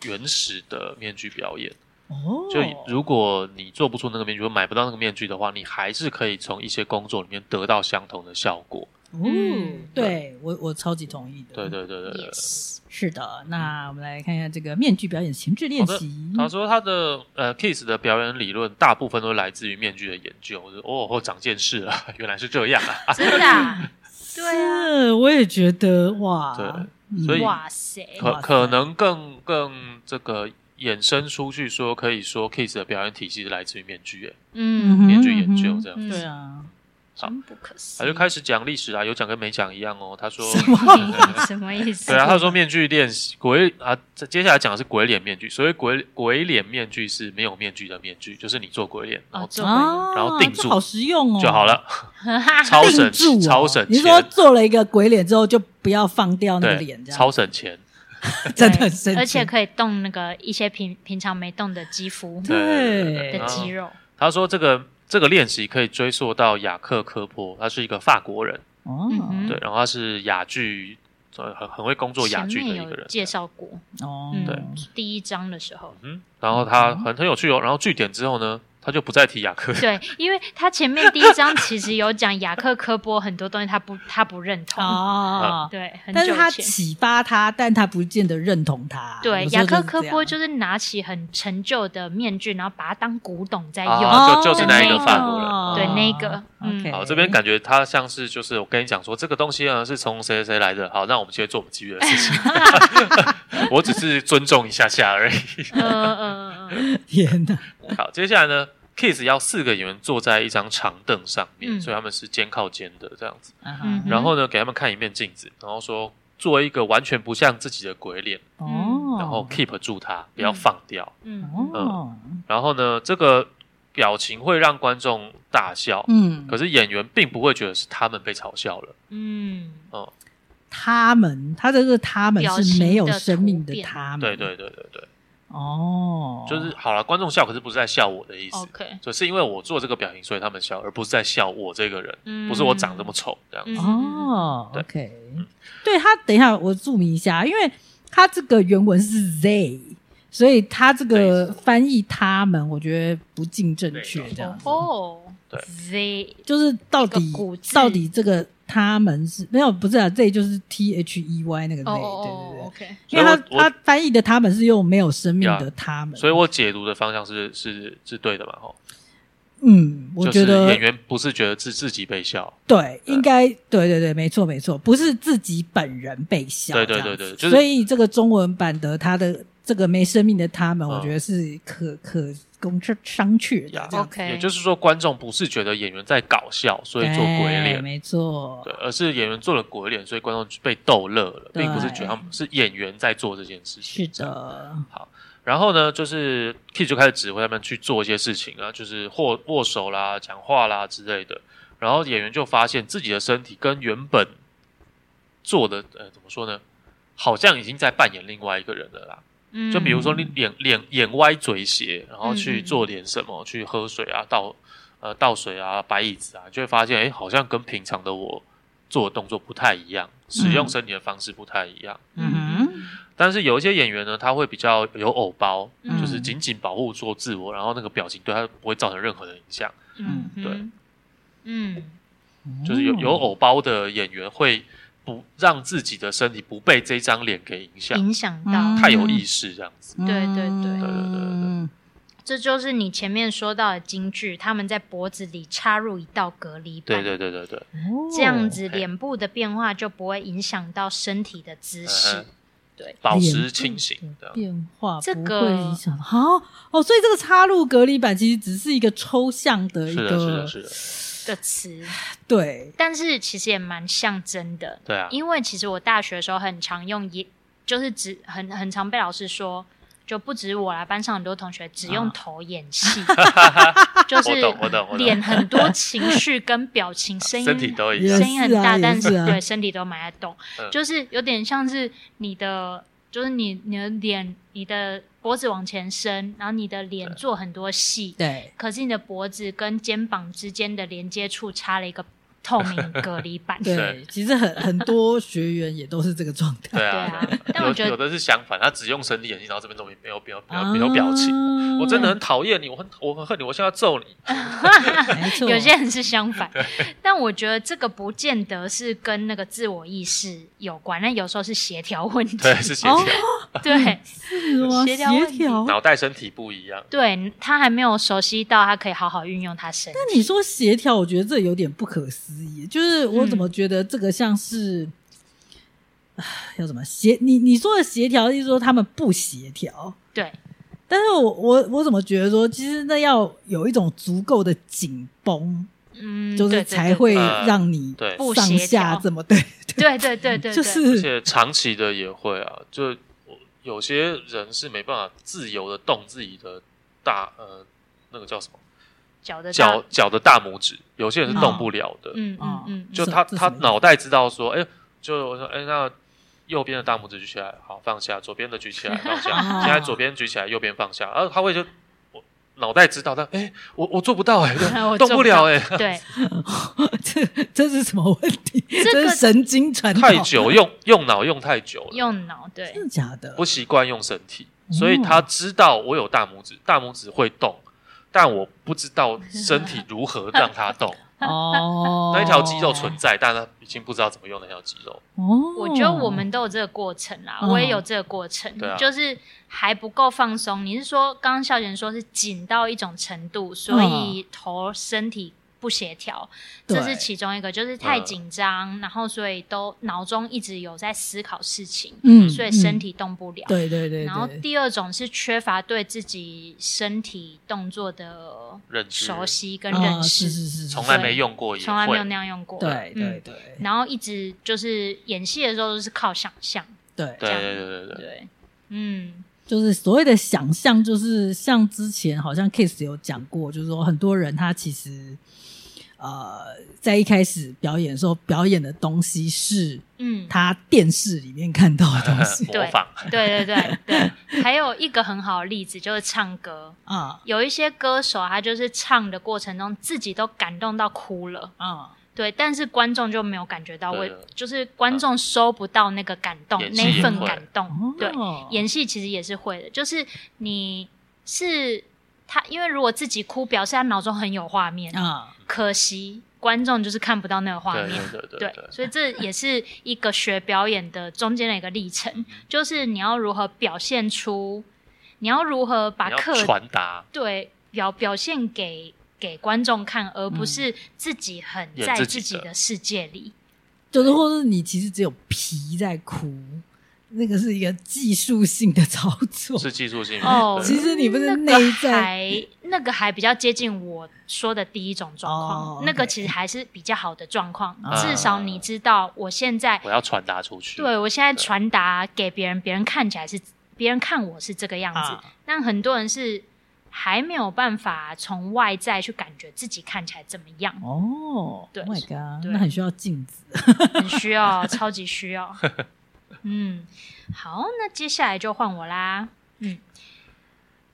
Speaker 1: 原始的面具表演。
Speaker 4: 哦，
Speaker 1: 就如果你做不出那个面具，或买不到那个面具的话，你还是可以从一些工作里面得到相同的效果。
Speaker 4: 哦
Speaker 2: 嗯，
Speaker 4: 对我我超级同意的，
Speaker 1: 对，对对对对。
Speaker 2: yes，
Speaker 4: 是的。那我们来看一下这个面具表演前置练习，
Speaker 1: 他说他的呃 Kiss 的表演理论大部分都来自于面具的研究。我就哦，我长见识了， [LAUGHS] 原来是这样
Speaker 4: 哎
Speaker 1: 啊！
Speaker 2: 真的啊，对啊，
Speaker 4: 是，我也觉得哇，
Speaker 1: 对， [LAUGHS]
Speaker 4: 嗯
Speaker 1: 所以
Speaker 2: 哇塞，
Speaker 1: 可
Speaker 4: 哇塞
Speaker 1: 可能更更这个衍生出去说，可以说 Kiss 的表演体系是来自于面具，哎，
Speaker 4: 嗯
Speaker 2: 嗯，
Speaker 1: 面具研究
Speaker 4: 嗯
Speaker 1: 这样。
Speaker 2: 嗯
Speaker 4: 对啊，
Speaker 2: 真不可思
Speaker 1: 他
Speaker 2: 议，
Speaker 1: 就开始讲历史啊，有讲跟没讲一样哦。他说，
Speaker 4: 什么
Speaker 2: [LAUGHS] 什么意思？
Speaker 1: 对啊，他说面具练习鬼啊，这接下来讲的是鬼脸面具。所谓鬼鬼脸面具是没有面具的面具，就是你做鬼脸，然
Speaker 2: 哦
Speaker 1: 后
Speaker 2: 做
Speaker 4: 啊，
Speaker 1: 然后定
Speaker 4: 这
Speaker 1: 住
Speaker 4: 好实用哦，
Speaker 1: 就好了，超省
Speaker 4: 定住哦
Speaker 1: 超省
Speaker 4: 你说
Speaker 1: 钱。
Speaker 4: 做了一个鬼脸之后，就不要放掉那个
Speaker 1: 对
Speaker 4: 脸，，这样
Speaker 1: 超省钱。
Speaker 4: [LAUGHS] 真的很生气。
Speaker 2: 而且可以动那个一些平平常没动的肌肤
Speaker 1: 对对对
Speaker 4: 对哦
Speaker 2: 的
Speaker 1: 然后
Speaker 2: 肌肉，
Speaker 1: 他说这个这个练习可以追溯到雅克科波，他是一个法国人，
Speaker 4: 哦
Speaker 2: 嗯哼
Speaker 1: 对，然后他是哑剧，呃很很会工作哑
Speaker 2: 前
Speaker 1: 剧的
Speaker 2: 面
Speaker 1: 一个
Speaker 2: 有
Speaker 1: 人。
Speaker 2: 介绍过，
Speaker 4: 哦，
Speaker 2: 嗯，
Speaker 1: 对
Speaker 2: 第一章的时候，
Speaker 1: 嗯，然后他很很有趣哦。然后据点之后呢，他就不再提雅克。
Speaker 2: 对，因为他前面第一章其实有讲雅克科波很多东西，他不他不认同，
Speaker 4: 哦，
Speaker 2: 对，很久
Speaker 4: 但是他
Speaker 2: 以前。
Speaker 4: 启发他，但他不见得认同他。
Speaker 2: 对，
Speaker 4: 有时
Speaker 2: 雅克
Speaker 4: 候是
Speaker 2: 科
Speaker 4: 这样
Speaker 2: 波就是拿起很陈旧的面具，然后把它当古董在用。
Speaker 1: 啊就就是那一个
Speaker 4: 哦
Speaker 1: 法国人
Speaker 2: 对那个嗯
Speaker 4: OK
Speaker 1: 好，这边感觉他像是就是我跟你讲说这个东西呢是从谁谁谁来的。好，那我们继续做我们继续的事
Speaker 4: [LAUGHS]
Speaker 1: 情。我只是尊重一下下而已。
Speaker 2: 嗯嗯嗯嗯
Speaker 4: [LAUGHS] 天哪，
Speaker 1: 好，接下来呢，Kiss 要四个演员坐在一张长凳上面，
Speaker 2: 嗯
Speaker 1: 所以他们是肩靠肩的这样子。
Speaker 4: 啊
Speaker 2: 嗯
Speaker 1: 然后呢，给他们看一面镜子，然后说做一个完全不像自己的鬼脸，
Speaker 4: 哈哦，
Speaker 1: 然后 keep 住它，不要放掉。 [LAUGHS]
Speaker 2: 嗯
Speaker 4: 哦，
Speaker 1: 然后呢，这个表情会让观众大笑，
Speaker 4: 嗯，
Speaker 1: 可是演员并不会觉得是他们被嘲笑了。
Speaker 2: 嗯
Speaker 4: 他们，他这个他们
Speaker 2: 表
Speaker 4: 是
Speaker 2: 情
Speaker 4: 没有
Speaker 2: 的
Speaker 4: 生
Speaker 2: 突
Speaker 4: 命的
Speaker 2: 变
Speaker 4: 他们，
Speaker 1: 对，对对对对，
Speaker 4: 哦，
Speaker 1: 就是好了，观众笑，可是不是在笑我的意思，
Speaker 2: ，OK，
Speaker 1: 所以是因为我做这个表情，所以他们笑，而不是在笑我这个人，
Speaker 2: 嗯
Speaker 1: 不是我长这么丑这样子。
Speaker 2: 嗯
Speaker 4: 哦
Speaker 1: 对
Speaker 4: ，OK，对他，等一下我注明一下，因为他这个原文是 they，所以他这个翻译他们，我觉得不尽正确，这样子。
Speaker 2: 哦，
Speaker 1: 对
Speaker 2: Z
Speaker 4: 就是到
Speaker 2: 一
Speaker 4: 底
Speaker 2: 个古字
Speaker 4: 到底这个他们是没有不是啊，这就是 T H E Y 那个 Z，
Speaker 2: 哦
Speaker 4: 对对
Speaker 2: 哦
Speaker 4: 对
Speaker 2: 哦。，OK，
Speaker 4: 因为他
Speaker 1: 所以我我
Speaker 4: 他翻译的他们是用没有生命的
Speaker 1: 呀
Speaker 4: 他们，
Speaker 1: 所以我解读的方向是是是对的嘛？吼，
Speaker 4: 嗯，我觉
Speaker 1: 就是
Speaker 4: 得
Speaker 1: 演员不是觉得自自己被笑，
Speaker 4: 对，应该对对对，没错没错，不是自己本人被笑这
Speaker 1: 对
Speaker 4: 样
Speaker 1: 对
Speaker 4: 子，
Speaker 1: 对对就是
Speaker 4: 所以这个中文版的他的这个没生命的他们，
Speaker 1: 嗯
Speaker 4: 我觉得是可可供商榷的
Speaker 1: 呀
Speaker 4: 这样子，
Speaker 2: OK
Speaker 1: 也就是说观众不是觉得演员在搞笑，所以做鬼
Speaker 4: 对
Speaker 1: 脸。
Speaker 4: 没错
Speaker 1: 对，，而是演员做了鬼脸，所以观众被逗乐了，
Speaker 4: 对
Speaker 1: 并不是觉得他们是演员在做这件事
Speaker 4: 是
Speaker 1: 情。这样
Speaker 4: 的，
Speaker 1: 然后呢，就是 Kid 就开始指挥他们去做一些事情啊，就是握握手啦、讲话啦之类的。然后演员就发现自己的身体跟原本做的，呃，怎么说呢？好像已经在扮演另外一个人了啦。
Speaker 2: 嗯
Speaker 1: 就比如说你脸脸眼歪嘴斜，然后去
Speaker 2: 嗯嗯
Speaker 1: 做点什么，去喝水啊，倒呃倒水啊，摆椅子啊，你就会发现，哎，好像跟平常的我做的动作不太一样，使用
Speaker 4: 嗯
Speaker 1: 身体的方式不太一样。
Speaker 4: 嗯哼，
Speaker 1: 但是有一些演员呢，他会比较有偶包，
Speaker 2: 嗯
Speaker 1: 就是紧紧保护住自我，然后那个表情对他不会造成任何的影响。
Speaker 2: 嗯哼
Speaker 1: 对，
Speaker 2: 嗯
Speaker 1: 就是有有偶包的演员会不让自己的身体不被这张脸给影响，
Speaker 2: 影响到
Speaker 4: 嗯
Speaker 1: 太有意识这样子。
Speaker 4: 嗯，
Speaker 2: 对对对
Speaker 1: 对对对
Speaker 2: 这就是你前面说到的金句，他们在脖子里插入一道隔
Speaker 4: 嗯
Speaker 2: 离
Speaker 1: 对
Speaker 2: 板，
Speaker 1: 对对对对，
Speaker 4: 哦
Speaker 2: 这样子
Speaker 1: 嘿
Speaker 2: 脸部的变化就不会影响到身体的姿
Speaker 1: 嗯
Speaker 2: 势
Speaker 1: 哼。
Speaker 2: 对，
Speaker 1: 保持清醒这样。
Speaker 4: 变化
Speaker 2: 这
Speaker 4: 不
Speaker 2: 个
Speaker 4: 会影响好哦，所以这个插入隔离板其实只是一个抽象的一
Speaker 1: 是的，是的，
Speaker 4: 个
Speaker 1: 是的，
Speaker 2: 的词，
Speaker 4: 对，
Speaker 2: 但是其实也蛮象征的，
Speaker 1: 对啊，
Speaker 2: 因为其实我大学的时候很常用也，就是只很很常被老师说，就不止我啦，班上很多同学只用
Speaker 4: 啊
Speaker 2: 头演
Speaker 1: [LAUGHS]
Speaker 2: 戏，就是
Speaker 1: 嗯我懂我懂我懂
Speaker 2: 脸很多情绪跟表情、
Speaker 1: [LAUGHS]
Speaker 2: 声
Speaker 1: 身体
Speaker 2: 音
Speaker 1: 都一
Speaker 4: 也
Speaker 1: 样
Speaker 4: 是。
Speaker 2: 声音很大，
Speaker 4: 啊
Speaker 2: 但
Speaker 4: 也是啊
Speaker 2: 对身体都蛮在动，
Speaker 1: 嗯
Speaker 2: 就是有点像是你的，就是你你的脸、你的脖子往前伸，然后你的脸做很多戏，
Speaker 4: 对，
Speaker 2: 可是你的脖子跟肩膀之间的连接处插了一个透明隔离板。
Speaker 4: [LAUGHS] 对
Speaker 1: 对，
Speaker 4: 其实很很多学员也都是这个状态。
Speaker 1: 对啊
Speaker 2: 啊，
Speaker 1: 对
Speaker 2: 但
Speaker 1: 啊
Speaker 2: 我
Speaker 1: 有
Speaker 2: 觉得
Speaker 1: 有的是相反，他只用身体演戏，然后这边都没没有没有没有没有表情。
Speaker 4: 啊哦
Speaker 1: 我真的很讨厌你，我很我很恨你，我现在要揍你。
Speaker 4: [LAUGHS] 没
Speaker 2: [LAUGHS]
Speaker 4: 错，
Speaker 2: 有
Speaker 1: [LAUGHS]
Speaker 2: 些人是相反，但我觉得这个不见得是跟那个自我意识有关，那有时候是协调问题。
Speaker 1: 对，是协
Speaker 4: 哦
Speaker 1: 调，
Speaker 2: 对
Speaker 4: 是吗？
Speaker 2: 协调问题
Speaker 4: 协调。
Speaker 1: 脑袋身体不一样。
Speaker 2: 对，他还没有熟悉到他可以好好运用他身体。
Speaker 4: 那你说协调，我觉得这有点不可思议。就是我怎么
Speaker 2: 嗯
Speaker 4: 觉得这个像是，唉要怎么协？你你说的协调，意思说他们不协调。
Speaker 2: 对，
Speaker 4: 但是我我我怎么觉得说，其实那要有一种足够的紧绷，
Speaker 2: 嗯，
Speaker 4: 就是
Speaker 2: 对对
Speaker 4: 才
Speaker 2: 对
Speaker 4: 会
Speaker 1: 呃
Speaker 4: 让你
Speaker 1: 对
Speaker 2: 不
Speaker 4: 上
Speaker 2: 协
Speaker 4: 下
Speaker 2: 调
Speaker 4: 这么对，
Speaker 2: 对对对对，
Speaker 4: 就
Speaker 2: 对
Speaker 1: 而
Speaker 4: 是
Speaker 1: 且长期的也会啊，就我有些人是没办法自由的动自己的大呃那个叫什么
Speaker 2: 脚的
Speaker 1: 脚
Speaker 2: 大，
Speaker 1: 脚的大拇指，有些人是动不了的。
Speaker 2: 嗯
Speaker 4: 哦
Speaker 2: 嗯嗯，嗯
Speaker 1: 就
Speaker 4: 这
Speaker 1: 他
Speaker 4: 这
Speaker 1: 他
Speaker 4: 什么意思
Speaker 1: 脑袋知道说，哎，就我说哎那。右边的大拇指举起来，好放下；左边的举起来，放
Speaker 2: [LAUGHS]
Speaker 1: 下。
Speaker 4: 哦
Speaker 1: 现在左边举起来，右边放下。然后他会就我脑袋知道，但哎、我我做不到哎、
Speaker 2: [LAUGHS] 我
Speaker 1: 动
Speaker 2: 做
Speaker 1: 不
Speaker 2: 不
Speaker 1: 了
Speaker 2: 到
Speaker 1: 哎、
Speaker 2: 嗯对，
Speaker 4: [LAUGHS] 这这是什么问题？
Speaker 2: 个
Speaker 4: 这是神经传导，
Speaker 1: 太
Speaker 2: [LAUGHS]
Speaker 1: 久用用脑用太久了，
Speaker 2: 用脑对
Speaker 4: 真的假的？
Speaker 2: [LAUGHS]
Speaker 1: 不习惯用身体，所以他知道我有大拇指，大拇指会动，但我不知道身体如何让它
Speaker 2: [LAUGHS]
Speaker 1: 动。
Speaker 4: 哦，
Speaker 1: 那一条肌肉存在，但他已经不知道怎么用那条肌肉。
Speaker 4: 哦，
Speaker 2: 我觉得我们都有这个过程啦，
Speaker 4: 嗯
Speaker 2: 我也有这个过程，
Speaker 1: 对啊
Speaker 2: 就是还不够放松。你是说，刚刚笑贤说是紧到一种程度，所以头身体不协调，
Speaker 4: 嗯对
Speaker 2: 这是其中一个，就是太紧张，然后所以都脑中一直有在思考事情，
Speaker 4: 嗯
Speaker 2: 所以身体动不了。
Speaker 4: 对对对，
Speaker 2: 然后
Speaker 4: 对
Speaker 2: 第二种是缺乏对自己身体动作的
Speaker 1: 认知
Speaker 2: 熟悉跟
Speaker 4: 啊
Speaker 2: 认识，
Speaker 4: 是是是，是
Speaker 1: 从来没用过，也
Speaker 2: 从来没有
Speaker 1: 会
Speaker 2: 那样用过。
Speaker 4: 对对
Speaker 2: 嗯
Speaker 4: 对
Speaker 2: 然后一直就是演戏的时候都是靠想象，
Speaker 4: 对
Speaker 1: 对对对对对，
Speaker 2: 对，嗯，
Speaker 4: 就是所谓的想象，就是像之前好像 Kiss 有讲过，就是说很多人他其实呃在一开始表演的时候，表演的东西是
Speaker 2: 嗯，
Speaker 4: 他电视里面看到的
Speaker 1: [LAUGHS]
Speaker 4: 东西
Speaker 1: 模仿
Speaker 2: 对对对对。还有一个很好的例子就是唱歌，
Speaker 4: 啊
Speaker 2: 有一些歌手啊他就是唱的过程中自己都感动到哭了，
Speaker 4: 啊，
Speaker 2: 对，但是观众就没有感觉到
Speaker 1: 对
Speaker 2: 为
Speaker 1: 的，
Speaker 2: 就是观众收不到那个感动，
Speaker 1: 演戏
Speaker 2: 那一
Speaker 1: 也
Speaker 2: 份
Speaker 1: 会
Speaker 2: 感动
Speaker 4: 哦，
Speaker 2: 对。演戏其实也是会的，就是你是他，因为如果自己哭，表示他脑中很有画面，
Speaker 4: 啊，
Speaker 2: 可惜观众就是看不到那个画
Speaker 1: 对
Speaker 2: 面。
Speaker 1: 对对
Speaker 2: 对
Speaker 1: 对，
Speaker 2: 所以这也是一个学表演的中间的一个历
Speaker 1: 嗯
Speaker 2: 程，就是你要如何表现出，你要如何把
Speaker 1: 你要
Speaker 2: 课
Speaker 1: 传达
Speaker 2: 对表表现给给观众看，而不
Speaker 4: 嗯
Speaker 2: 是自己很
Speaker 1: 演
Speaker 2: 在
Speaker 1: 自己
Speaker 2: 自己
Speaker 1: 的
Speaker 2: 的世界里。
Speaker 4: 就是或是你其实只有皮在哭，那个是一个技术性的操作。
Speaker 1: 是技术性
Speaker 2: 哦，
Speaker 1: 对
Speaker 4: 其实你不是
Speaker 2: 那个
Speaker 4: 内在
Speaker 2: 还那个还比较接近我说的第一种状况，
Speaker 4: 哦
Speaker 2: 那个
Speaker 4: OK
Speaker 2: 其实还是比较好的状况，
Speaker 1: 嗯
Speaker 4: 啊
Speaker 2: 至少你知道我现在
Speaker 1: 我要传达出去。
Speaker 2: 对我现在
Speaker 1: 对
Speaker 2: 传达给别人，别人看起来是别人看我是这个样子，
Speaker 4: 啊
Speaker 2: 但很多人是还没有办法从外在去感觉自己看起来怎么样，
Speaker 4: 哦，
Speaker 2: 对
Speaker 4: oh、，My God，
Speaker 2: 对
Speaker 4: 那很需要镜子。
Speaker 2: 很需要，超级需
Speaker 1: [LAUGHS]
Speaker 2: 要。嗯，好，那接下来就换我啦。嗯，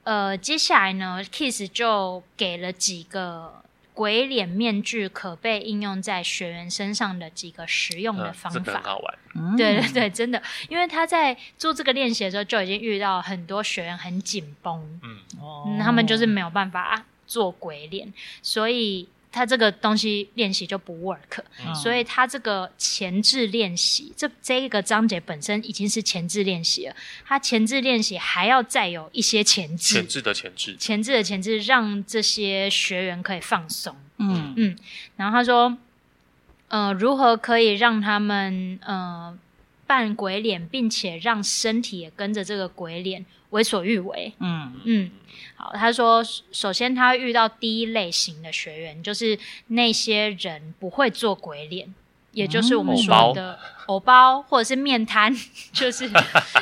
Speaker 2: 呃，接下来呢，Kiss 就给了几个鬼脸面具可被应用在学员身上的几个实用的
Speaker 1: 嗯，
Speaker 2: 方
Speaker 1: 这个
Speaker 2: 法
Speaker 1: 很。好玩。
Speaker 4: 嗯
Speaker 2: 对对对，真的，因为他在做这个练习的时候，就已经遇到很多学员很紧绷，
Speaker 1: 嗯，
Speaker 4: 哦
Speaker 2: 嗯，他们就是没有办法做鬼脸，所以他这个东西练习就不 work。
Speaker 1: 嗯
Speaker 2: 所以他这个前置练习，这这一个章节本身已经是前置练习了，他前置练习还要再有一些前置，
Speaker 1: 前置的前置，
Speaker 2: 前置的前置，让这些学员可以放松。
Speaker 4: 嗯
Speaker 2: 然后他说，呃，如何可以让他们呃扮鬼脸，并且让身体也跟着这个鬼脸为所欲为？
Speaker 4: 嗯
Speaker 2: 嗯，好，他说，首先他会遇到第一类型的学员，就是那些人不会做鬼脸，也就是我们
Speaker 1: 嗯
Speaker 2: 说的偶包或者是面瘫， [LAUGHS]
Speaker 1: [LAUGHS]
Speaker 2: 就是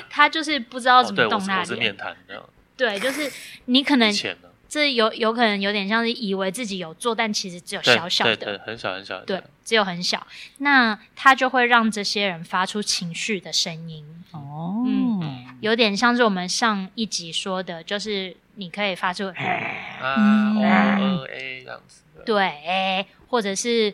Speaker 2: 他就是不知道
Speaker 1: 哦
Speaker 2: 怎
Speaker 1: 对，
Speaker 2: 么
Speaker 1: 我
Speaker 2: 动
Speaker 1: 是
Speaker 2: 他
Speaker 1: 我
Speaker 2: 的
Speaker 1: 是
Speaker 2: 脸。
Speaker 1: 面谈的，
Speaker 2: 对，就是你可能
Speaker 1: 以前呢，
Speaker 2: 这有有可能有点像是以为自己有做，但其实只有
Speaker 1: 对
Speaker 2: 小小
Speaker 1: 对
Speaker 2: 的
Speaker 1: 对，，很小很小，很
Speaker 2: 对
Speaker 1: 小，
Speaker 2: 只有很小。那他就会让这些人发出情绪的声音。
Speaker 4: 哦
Speaker 2: 嗯有点像是我们上一集说的，就是你可以发出
Speaker 1: 啊
Speaker 4: 嗯
Speaker 1: ，O 二 A 这样子的，
Speaker 2: 对，哎或者是，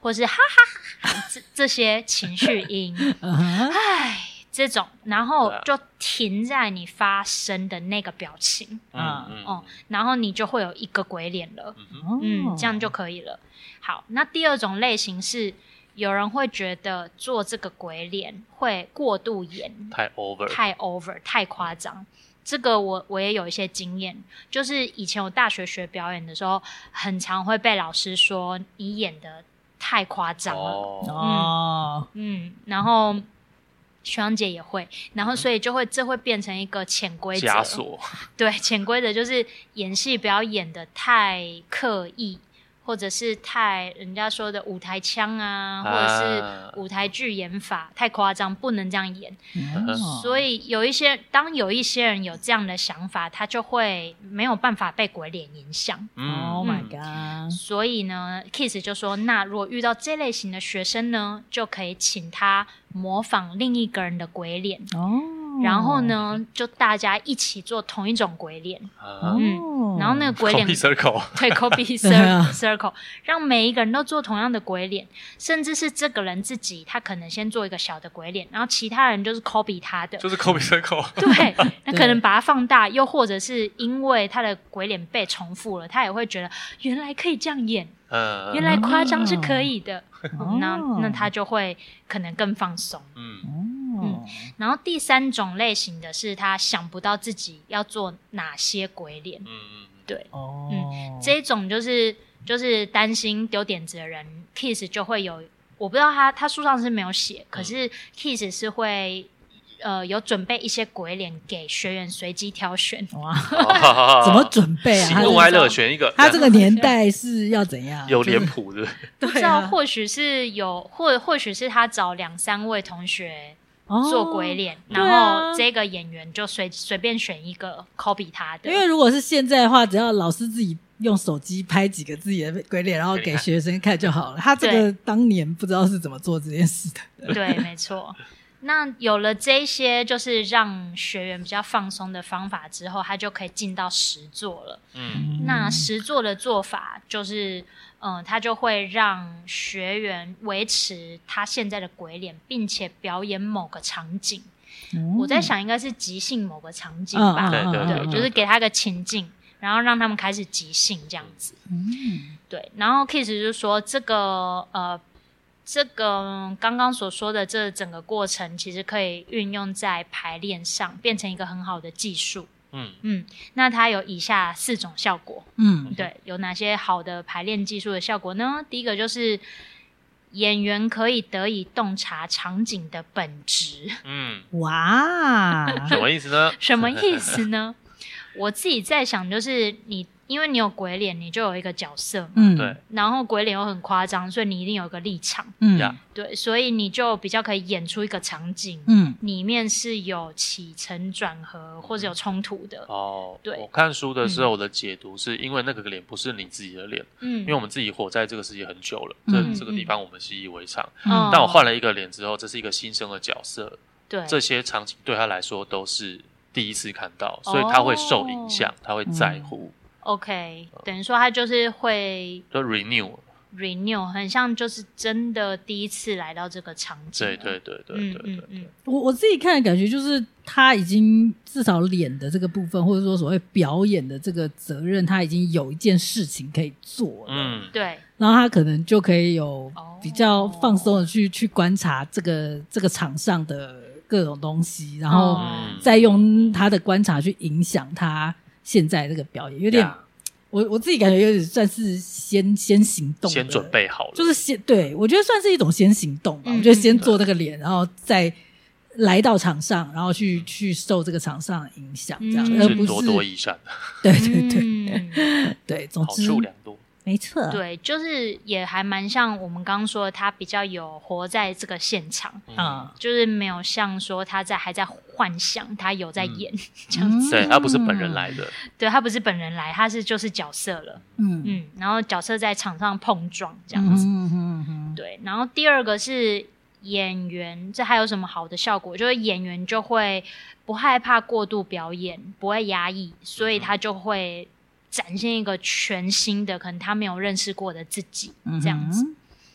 Speaker 2: 或是哈哈哈哈这这些情绪音，
Speaker 4: [LAUGHS] 啊哈
Speaker 2: 唉，这种，然后
Speaker 1: 对啊
Speaker 2: 就停在你发声的那个表情，
Speaker 1: 嗯
Speaker 4: 啊
Speaker 1: 嗯
Speaker 2: 哦，然后你就会有一个鬼脸了，
Speaker 1: 嗯哼
Speaker 4: 哦
Speaker 2: 嗯，这样就可以了。好，那第二种类型是，有人会觉得做这个鬼脸会过度演，
Speaker 1: 太 over，
Speaker 2: 太 over 太夸张。这个我我也有一些经验，就是以前我大学学表演的时候，很常会被老师说你演的太夸张了，
Speaker 1: 哦，
Speaker 4: 哦，
Speaker 2: 嗯，然后学长姐也会，然后所以就会这会变成一个潜规则，
Speaker 1: 枷锁，
Speaker 2: 对，潜规则就是演戏不要演的太刻意，或者是太人家说的舞台腔啊，或者
Speaker 1: 啊
Speaker 2: 是舞台剧演法太夸张，不能这样演。
Speaker 4: 嗯
Speaker 2: 所以有一些，当有一些人有这样的想法，他就会没有办法被鬼脸影响。
Speaker 1: 嗯
Speaker 4: ，Oh my
Speaker 1: 嗯
Speaker 4: God，
Speaker 2: 所以呢，Kiss 就说，那如果遇到这类型的学生呢，就可以请他模仿另一个人的鬼脸，
Speaker 4: 哦，
Speaker 2: 然后？呢，就大家一起做同一种鬼脸，
Speaker 1: 啊
Speaker 4: 哦，
Speaker 2: 嗯然后
Speaker 1: [LAUGHS]
Speaker 2: 那个鬼脸
Speaker 1: Copy circle，
Speaker 4: [LAUGHS]
Speaker 2: 对 copy
Speaker 4: 对啊
Speaker 2: cir- circle，让每一个人都做同样的鬼脸，甚至是这个人自己，他可能先做一个小的鬼脸，然后其他人就是 copy 他的，
Speaker 1: 就是 copy circle，
Speaker 4: [LAUGHS]
Speaker 2: 对，那
Speaker 4: 对
Speaker 2: 可能把它放大，又或者是因为他的鬼脸被重复了，他也会觉得原来可以这样演，
Speaker 1: 嗯，
Speaker 2: 原
Speaker 1: 嗯
Speaker 2: 来夸张是可以的，
Speaker 4: 哦
Speaker 2: [LAUGHS] 那那他就会可能更放松。
Speaker 1: 嗯
Speaker 4: 哦，
Speaker 2: 然后第三种类型的是他想不到自己要做哪些鬼脸，
Speaker 1: 嗯嗯，
Speaker 2: 对，
Speaker 4: 哦，
Speaker 2: 嗯这种就是就是担心丢点子的人，Kiss 就会有，我不知道他他书上是没有
Speaker 4: 嗯
Speaker 2: 写，可是 Kiss 是会。呃，有准备一些鬼脸给学员随机挑选，
Speaker 4: 哇，
Speaker 1: 哦
Speaker 4: 怎么准备啊？
Speaker 1: 喜
Speaker 4: 他
Speaker 1: 怒
Speaker 4: 这
Speaker 1: 哀乐选一个，
Speaker 4: 他这个年代是要怎样？
Speaker 1: 有脸
Speaker 4: 就是
Speaker 1: 谱的，
Speaker 2: 不知
Speaker 4: [LAUGHS] 对
Speaker 2: 道，
Speaker 4: 啊
Speaker 2: 或许是有，或或许是他找两三位同学做鬼。
Speaker 4: 哦
Speaker 2: 脸，
Speaker 4: 对啊
Speaker 2: 然后这个演员就随随便选一个 copy 他的
Speaker 4: 哦因。为如果是现在的话，只要老师自己用手机拍几个自己的鬼脸，然后给学生看就好了。他这个当年不知道是怎么做这件事的。
Speaker 2: 对，没
Speaker 4: [LAUGHS]
Speaker 2: 错。那有了这些，就是让学员比较放松的方法之后，他就可以进到实作了。
Speaker 1: 嗯，
Speaker 2: 那实作的做法就是，嗯、他就会让学员维持他现在的鬼脸，并且表演某个场景。
Speaker 4: 嗯
Speaker 2: 我在想，应该是即兴某个场景吧。
Speaker 1: 对对
Speaker 2: 对，
Speaker 1: 嗯
Speaker 2: 就是给他个情境，然后让他们开始即兴这样子。
Speaker 4: 嗯，
Speaker 2: 对，然后 Kiss 就说这个呃，这个刚刚所说的这整个过程，其实可以运用在排练上，变成一个很好的技术。
Speaker 1: 嗯，
Speaker 2: 嗯，那它有以下四种效果。
Speaker 4: 嗯，
Speaker 2: 对，有哪些好的排练技术的效果呢？第一个就是演员可以得以洞察场景的本质，
Speaker 1: 嗯，
Speaker 4: 哇，
Speaker 1: 什么意思呢？
Speaker 2: 什么意思呢？ [LAUGHS] 我自己在想，就是你因为你有鬼脸，你就有一个角色嘛，
Speaker 4: 嗯，
Speaker 1: 对，
Speaker 2: 然后鬼脸又很夸张，所以你一定有一个立场，
Speaker 4: 嗯
Speaker 1: 呀
Speaker 2: 对，所以你就比较可以演出一个场景，
Speaker 4: 嗯
Speaker 2: 里面是有起承转合或者有冲突的，
Speaker 1: 哦，
Speaker 2: 对
Speaker 1: 我看书的
Speaker 4: 嗯
Speaker 1: 时候，我的解读是因为那个脸不是你自己的脸，
Speaker 2: 嗯，
Speaker 1: 因为我们自己活在这个世界很久了，
Speaker 4: 嗯
Speaker 1: 这这个地方我们习以为常。
Speaker 2: 嗯
Speaker 1: 但我换了一个脸之后，这是一个新生的角色，
Speaker 2: 对
Speaker 1: 这些场景对他来说都是第一次看到，所以他会受影响，他会在乎，
Speaker 2: ，OK，等
Speaker 1: 呃
Speaker 2: 于说他就是会
Speaker 1: 就 renew。
Speaker 2: renew，很像就是真的第一次来到这个场景
Speaker 1: 对
Speaker 2: 了。
Speaker 1: 对对对
Speaker 2: 嗯
Speaker 1: 对
Speaker 2: 嗯
Speaker 1: 对，
Speaker 2: 嗯，
Speaker 4: 我我自己看的感觉就是，他已经至少脸的这个部分，或者说所谓表演的这个责任，他已经有一件事情可以做了，
Speaker 1: 嗯，
Speaker 2: 对，
Speaker 4: 然后他可能就可以有
Speaker 2: 哦
Speaker 4: 比较放松的去、去观察这个这个场上的各种东西，然
Speaker 2: 哦
Speaker 4: 后
Speaker 1: 嗯
Speaker 4: 再用他的观察去影响他现在这个表演，有
Speaker 1: 有
Speaker 4: 点我我自己感觉有点算是先先行动，
Speaker 1: 先准。备好了，
Speaker 4: 就是先对我觉得算是一种先行动吧。
Speaker 2: 嗯
Speaker 4: 我觉得先做那个脸，然后再来到场上，然后去去受这个场上的影响，这样、
Speaker 2: 嗯
Speaker 4: 而
Speaker 1: 是
Speaker 4: 不
Speaker 1: 多多益善，
Speaker 4: 对 [LAUGHS] 对对、
Speaker 2: 对
Speaker 4: 对，总
Speaker 1: 好
Speaker 4: 之
Speaker 1: 处良多。
Speaker 4: 没错，
Speaker 2: 嗯对，就是也还蛮像我们刚刚说的，他比较有活在这个现场，
Speaker 1: 嗯，
Speaker 4: 啊，
Speaker 2: 就是没有像说他在还在幻想，他有在
Speaker 1: 嗯
Speaker 2: 演，
Speaker 4: 这样
Speaker 1: 对他不是本人，来的，
Speaker 2: 对他不是本人来，他是就是角色了，
Speaker 4: 嗯嗯
Speaker 2: 嗯，然后角色在场上碰撞这样子，
Speaker 4: 嗯嗯嗯
Speaker 2: 对，然后第二个是演员，这还有什么好的效果？就是演员就会不害怕过度表演，不会压抑，所以他就会展现一个全新的，可能他没有认识过的自己，
Speaker 4: 嗯，
Speaker 2: 这样子。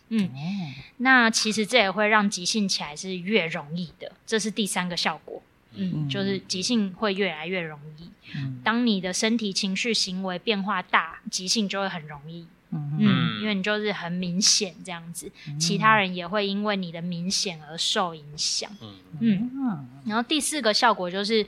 Speaker 2: 嗯
Speaker 4: 哦，
Speaker 2: 那其实这也会让即兴起来是越容易的，这是第三个效果。嗯，就是即兴会越来越容易。
Speaker 4: 嗯
Speaker 2: 当你的身体、情绪、行为变化大，即兴就会很容易。
Speaker 4: 嗯嗯
Speaker 2: 嗯，因为你就是很明显这样子，其他人也会因为你的明显而受影响。
Speaker 1: 嗯，
Speaker 2: 嗯，
Speaker 4: 嗯
Speaker 2: 然后第四个效果就是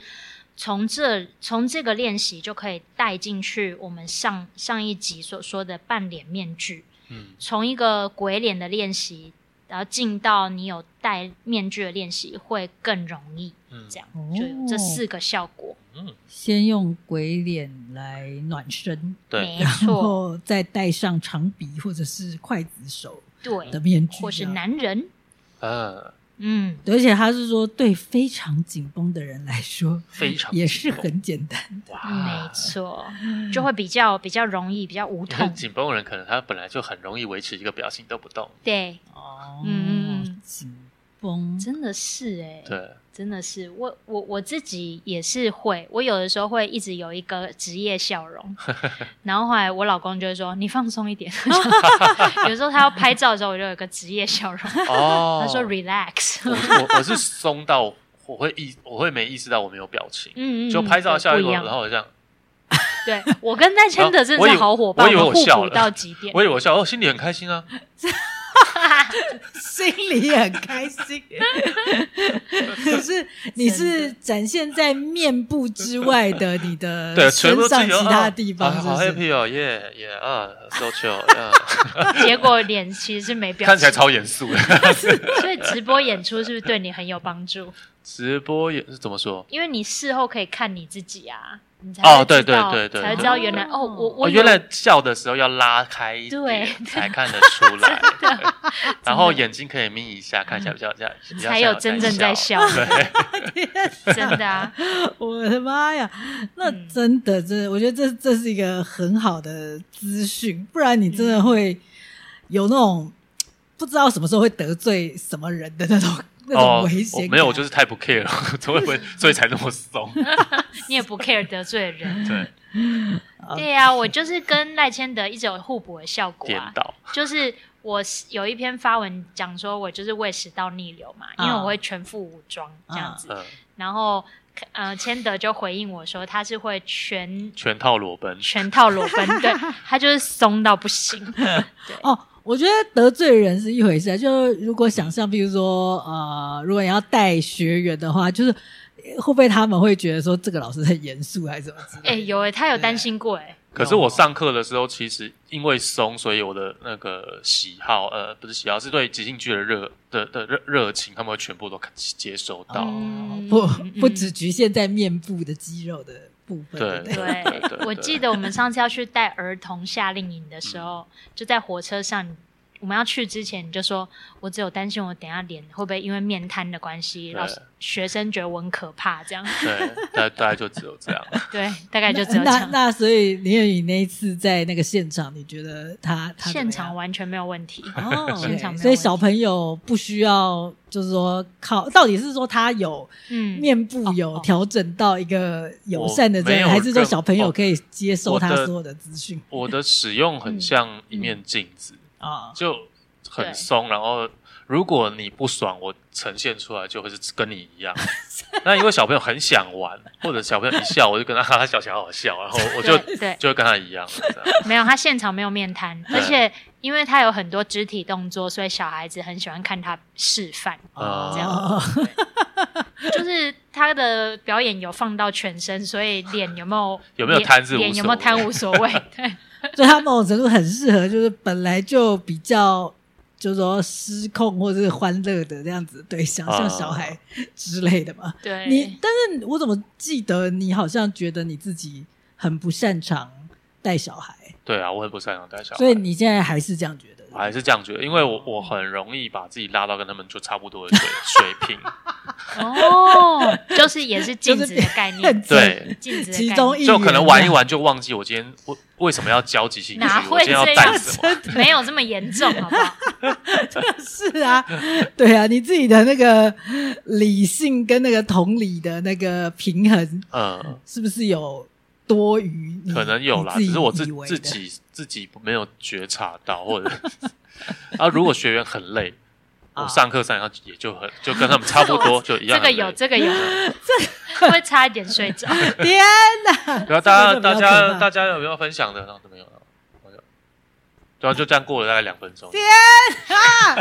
Speaker 2: 从这从这个练习就可以带进去我们上上一集所说的半脸面具，
Speaker 1: 嗯
Speaker 2: 从一个鬼脸的练习，然后进到你有戴面具的练习会更容易。
Speaker 1: 嗯
Speaker 2: 这样
Speaker 4: 哦
Speaker 2: 就有这四个效果，
Speaker 1: 嗯，
Speaker 4: 先用鬼脸来暖身，
Speaker 1: 对，
Speaker 2: 没
Speaker 4: 然 [LAUGHS]
Speaker 2: 错，
Speaker 4: 后再戴上长鼻或者是筷子手的
Speaker 2: 对，
Speaker 4: 面具，啊
Speaker 2: 或是男人，
Speaker 1: 嗯，
Speaker 2: 嗯，
Speaker 4: 对。而且他是说，对非常紧绷的人来说，
Speaker 1: 非常
Speaker 4: 也是很简单。
Speaker 2: 没
Speaker 1: 哇。
Speaker 2: 错，
Speaker 4: 嗯
Speaker 2: 就会比较比较容易，比较无
Speaker 1: 因为
Speaker 2: 痛。
Speaker 1: 紧绷的人可能他本来就很容易维持一个表情都不动，
Speaker 2: 对，
Speaker 4: 哦
Speaker 2: 嗯嗯嗯
Speaker 4: 紧绷，
Speaker 2: 真的是哎、
Speaker 1: 对，
Speaker 2: 真的是我我我自己也是会，我有的时候会一直有一个职业笑
Speaker 1: [LAUGHS]
Speaker 2: 容，然后后来我老公就会说你放松一点，有时候他要拍照的时候，我就有一个职业笑容，
Speaker 1: 哦，
Speaker 2: [LAUGHS] 他说 relax， [LAUGHS]
Speaker 1: 我我我是松到我会意我会没意识到我没有表情，
Speaker 2: 嗯嗯，
Speaker 1: 就拍照的效
Speaker 2: 不一
Speaker 1: 果，
Speaker 2: 样
Speaker 1: 然后我这样，
Speaker 2: 对我跟赖千德真的是好伙伴，
Speaker 1: 我以为我以为
Speaker 2: 们
Speaker 1: 我笑
Speaker 2: 互补
Speaker 1: 了
Speaker 2: 到极点
Speaker 1: 我，以为我笑，哦，心里很开心啊，
Speaker 4: 心里也很开心。可是你是展现在面部之外的你的
Speaker 1: 对，啊全
Speaker 4: 身
Speaker 1: 部
Speaker 4: 嗯上其
Speaker 1: 有
Speaker 4: 他地方，是
Speaker 1: 哦好
Speaker 4: 不
Speaker 1: 好
Speaker 4: 是？
Speaker 1: happy 哦，耶耶啊，so
Speaker 2: [LAUGHS]
Speaker 1: chill，啊
Speaker 2: 结果脸其实是没表情，
Speaker 1: 看起来超严肃的。 [LAUGHS]
Speaker 2: 所以直播演出是不是对你很有帮助？
Speaker 1: 直播也是怎么说？
Speaker 2: 因为你事后可以看你自己啊，你才
Speaker 1: 哦
Speaker 2: 会知
Speaker 1: 对对
Speaker 2: 道
Speaker 1: 对对
Speaker 2: 才会知道原来哦，我我
Speaker 1: 哦，
Speaker 2: 有
Speaker 1: 原来笑的时候要拉开一点
Speaker 2: 对
Speaker 1: 才看得
Speaker 2: [LAUGHS]
Speaker 1: 出来，然后眼睛可以眯一下，看起来比较这样，比较
Speaker 2: 才有真正在
Speaker 1: 在
Speaker 2: 笑，真的啊，
Speaker 4: 我的妈呀！那
Speaker 2: 嗯
Speaker 4: 真的，真的，我觉得这这是一个很好的资讯，不然你真的会有那种不知道什么时候会得罪什么人的那种那种
Speaker 1: 哦，
Speaker 4: 危
Speaker 1: 我
Speaker 4: 险感。
Speaker 1: 没有，我
Speaker 2: [LAUGHS]
Speaker 1: 就是太不 care 了，所以所以才那么松。 [LAUGHS]
Speaker 2: 你也不 care 得罪人，
Speaker 1: 对，
Speaker 2: 对呀、我就是跟赖千德一直有互补的效果
Speaker 1: 颠
Speaker 2: 啊。
Speaker 1: 倒，
Speaker 2: 就是我是有一篇发文讲说，我就是胃食道逆流嘛，因
Speaker 4: 嗯
Speaker 2: 为我会全副武装这样子。
Speaker 1: 嗯，
Speaker 2: 然后呃，千德就回应我说，他是会全
Speaker 1: 全套裸奔，
Speaker 2: 全套裸奔，对他就是松到不行。
Speaker 4: 哦，我觉得得罪人是一回事啊，就如果想象，比如说呃，如果你要带学员的话，就是呃会不会他们会觉得说这个老师很严肃还是什么之类的？
Speaker 2: 哎、有哎、他有担心过哎、
Speaker 1: 可
Speaker 4: 哦
Speaker 1: 是我上课的时候，其实因为松，所以我的那个喜好，呃，不是喜好，是对即兴剧的热的的热热情，他们会全部都接收到。
Speaker 4: 哦
Speaker 2: 嗯
Speaker 4: 不不
Speaker 2: 嗯
Speaker 4: 只局限在面部的肌肉的部分，对
Speaker 1: 对
Speaker 4: 不对？
Speaker 1: 对对
Speaker 2: [LAUGHS] 对，
Speaker 1: 对
Speaker 2: 我嗯记得我们上次要去带儿童夏令营的时候，
Speaker 4: 嗯
Speaker 2: 就在火车上，我们要去之前你就说，我只有担心我等一下脸会不会因为面瘫的关系，
Speaker 1: 对
Speaker 2: 老师学生觉得我很可怕，这
Speaker 4: [LAUGHS]
Speaker 2: 样
Speaker 1: 对，大大概就只有这样。
Speaker 2: 对，大概就只有这
Speaker 4: 那
Speaker 2: 样。
Speaker 4: 那所以林彦宇那一次在那个现场，你觉得他他怎么
Speaker 2: 现
Speaker 4: 样
Speaker 2: 场完全没有
Speaker 4: [LAUGHS]
Speaker 2: 问题，
Speaker 4: 哦，
Speaker 2: 现场没有问题
Speaker 4: 所以小朋友不需要，就是说靠，到底是说他有
Speaker 2: 嗯，
Speaker 4: 面部
Speaker 2: 哦
Speaker 4: 有
Speaker 2: 哦
Speaker 4: 调整到一个友善的
Speaker 1: 我没
Speaker 4: 针，
Speaker 1: 有
Speaker 4: 还是说
Speaker 1: 更
Speaker 4: 小朋友
Speaker 1: 哦
Speaker 4: 可以 [LAUGHS] 接受
Speaker 1: 我
Speaker 4: 他
Speaker 1: 的
Speaker 4: 所有的资讯
Speaker 1: 我的使用很像一面镜子，
Speaker 2: 哦
Speaker 4: 啊？
Speaker 1: 就
Speaker 2: 对
Speaker 1: 很松。然后如果你不爽，我呈现出来就会是跟你一
Speaker 4: [LAUGHS]
Speaker 1: 样。那因为小朋友很想玩，或者小朋友一笑，我就跟他 [LAUGHS] 哈哈笑起来好好笑，然后我
Speaker 4: [LAUGHS]
Speaker 1: 就
Speaker 2: 对对
Speaker 1: 就会跟他一样。这样
Speaker 2: 没有，他现场没有面瘫，而且因为他有很多肢体动作，所以小孩子很喜欢看他示范。
Speaker 1: 啊
Speaker 2: 这样
Speaker 4: 哦，
Speaker 1: [LAUGHS]
Speaker 2: 就是他的表演有放到全身，所以脸有没有
Speaker 1: [LAUGHS] 有没有摊是无
Speaker 2: 脸脸有没有
Speaker 1: 所谓
Speaker 2: 摊无所谓。
Speaker 1: [LAUGHS]
Speaker 2: 对，
Speaker 4: [LAUGHS] 所以他某种程度很适合，就是本来就比较。就是说失控或者是欢乐的这样子的对象，
Speaker 1: 啊
Speaker 4: 像小孩之类的嘛。
Speaker 2: 对
Speaker 4: 你，但是我怎么记得你好像觉得你自己很不擅长带小孩，
Speaker 1: 对啊，我很不擅长带小孩，
Speaker 4: 所以你现在还是这样觉得？
Speaker 1: 我还是这样觉得，因为我我很容易把自己拉到跟他们就差不多的水水平。
Speaker 2: 哦，就是也是镜子的概念，
Speaker 1: 对
Speaker 2: 镜子的概
Speaker 4: 其
Speaker 2: 念
Speaker 4: 中一员啊
Speaker 1: 就可能玩一玩就忘记我今天为为什么要教即兴剧，
Speaker 2: 哪
Speaker 1: 我
Speaker 2: 会
Speaker 1: 今天要
Speaker 2: 这
Speaker 1: 带
Speaker 2: 样
Speaker 1: 什么？？
Speaker 2: 没有这么严重，好不好？
Speaker 4: 是啊，对啊，你自己的那个理性跟那个同理的那个平衡，
Speaker 1: 嗯，
Speaker 4: 是不是有多余你？
Speaker 1: 可能有啦，
Speaker 4: 你
Speaker 1: 只是我自
Speaker 4: 以为的
Speaker 1: 自己自己没有觉察到，或者 [LAUGHS] 啊，如果学员很累，
Speaker 4: 啊
Speaker 1: 我上课上一上也就很就跟他 [LAUGHS] 们差不
Speaker 2: [LAUGHS]
Speaker 1: 多，就一样很
Speaker 2: 这个
Speaker 1: 累。
Speaker 2: 有，这个有，
Speaker 4: [LAUGHS]
Speaker 2: 会差一点睡
Speaker 1: [LAUGHS]
Speaker 2: 着。
Speaker 4: [LAUGHS] 天哪！
Speaker 1: 然后大家
Speaker 4: 这个
Speaker 1: 大
Speaker 4: 就比较可
Speaker 1: 家
Speaker 4: 怕
Speaker 1: 大家有没有分享的？然后没有，我就然后啊就这样过了大概两分钟。天 [LAUGHS] 啊！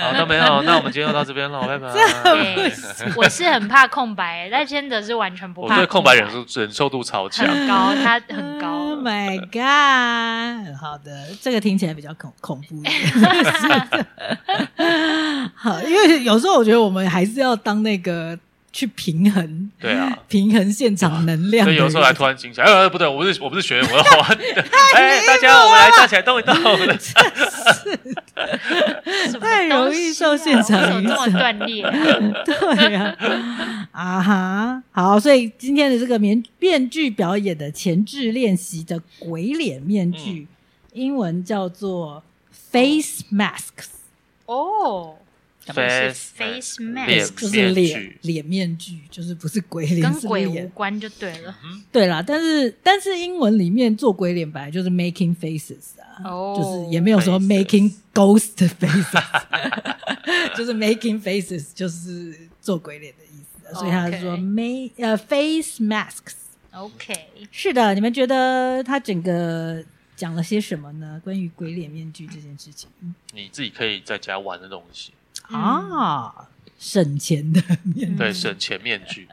Speaker 1: 好，那没有，那我们今天就到这边了，拜拜。
Speaker 2: 对，我是很怕空白，赖千德是完全不
Speaker 1: 我
Speaker 2: 怕。
Speaker 1: 对空白忍
Speaker 2: 受
Speaker 1: 受忍受度超强，
Speaker 2: 很高，他很
Speaker 4: Oh
Speaker 2: 高。
Speaker 4: my god！好的，这个听起来比较恐恐怖一点。 [LAUGHS] 好，因为有时候我觉得我们还是要当那个去平衡
Speaker 1: 对啊。
Speaker 4: 平衡现场能量
Speaker 1: 所
Speaker 4: 的
Speaker 1: 以
Speaker 4: 人。
Speaker 1: 有时候还突然惊起来，哎，不对，我不是我不是学员，我要我
Speaker 4: [LAUGHS]
Speaker 1: 要哎，大家我们来站起来动一动，
Speaker 2: 什么
Speaker 4: 太容易受现场
Speaker 2: 东西啊为什么这么
Speaker 4: 影响
Speaker 2: 断裂
Speaker 1: [LAUGHS]
Speaker 2: 啊？
Speaker 4: 对呀、啊，哈，好，所以今天的这个面面具表演的前置练习的鬼脸面具，
Speaker 1: 嗯
Speaker 4: 英文叫做 face masks，
Speaker 2: 哦，
Speaker 1: face
Speaker 2: face
Speaker 1: 脸
Speaker 2: mask
Speaker 4: 就是
Speaker 1: 哎面
Speaker 4: 脸
Speaker 1: 具
Speaker 4: 脸面具，就是不是鬼脸，
Speaker 2: 跟
Speaker 4: 是
Speaker 2: 鬼无
Speaker 4: 脸。
Speaker 2: 关就对了。
Speaker 4: 对啦，但是但是英文里面做鬼脸本来就是 making faces 啊，
Speaker 2: 哦
Speaker 4: 就是也没有说
Speaker 1: faces
Speaker 4: making ghost faces，就是 [LAUGHS] making faces 就是做鬼脸的意思啊、所以他
Speaker 2: 哦
Speaker 4: 说
Speaker 2: OK
Speaker 4: ma 呃 face masks。 [LAUGHS]
Speaker 2: OK，
Speaker 4: 是的，你们觉得他整个讲了些什么呢？关于鬼脸面具这件事情、
Speaker 1: 你自己可以在家玩的东西，
Speaker 4: 啊，省钱的面具
Speaker 1: 对，
Speaker 2: 嗯
Speaker 1: 省钱面具，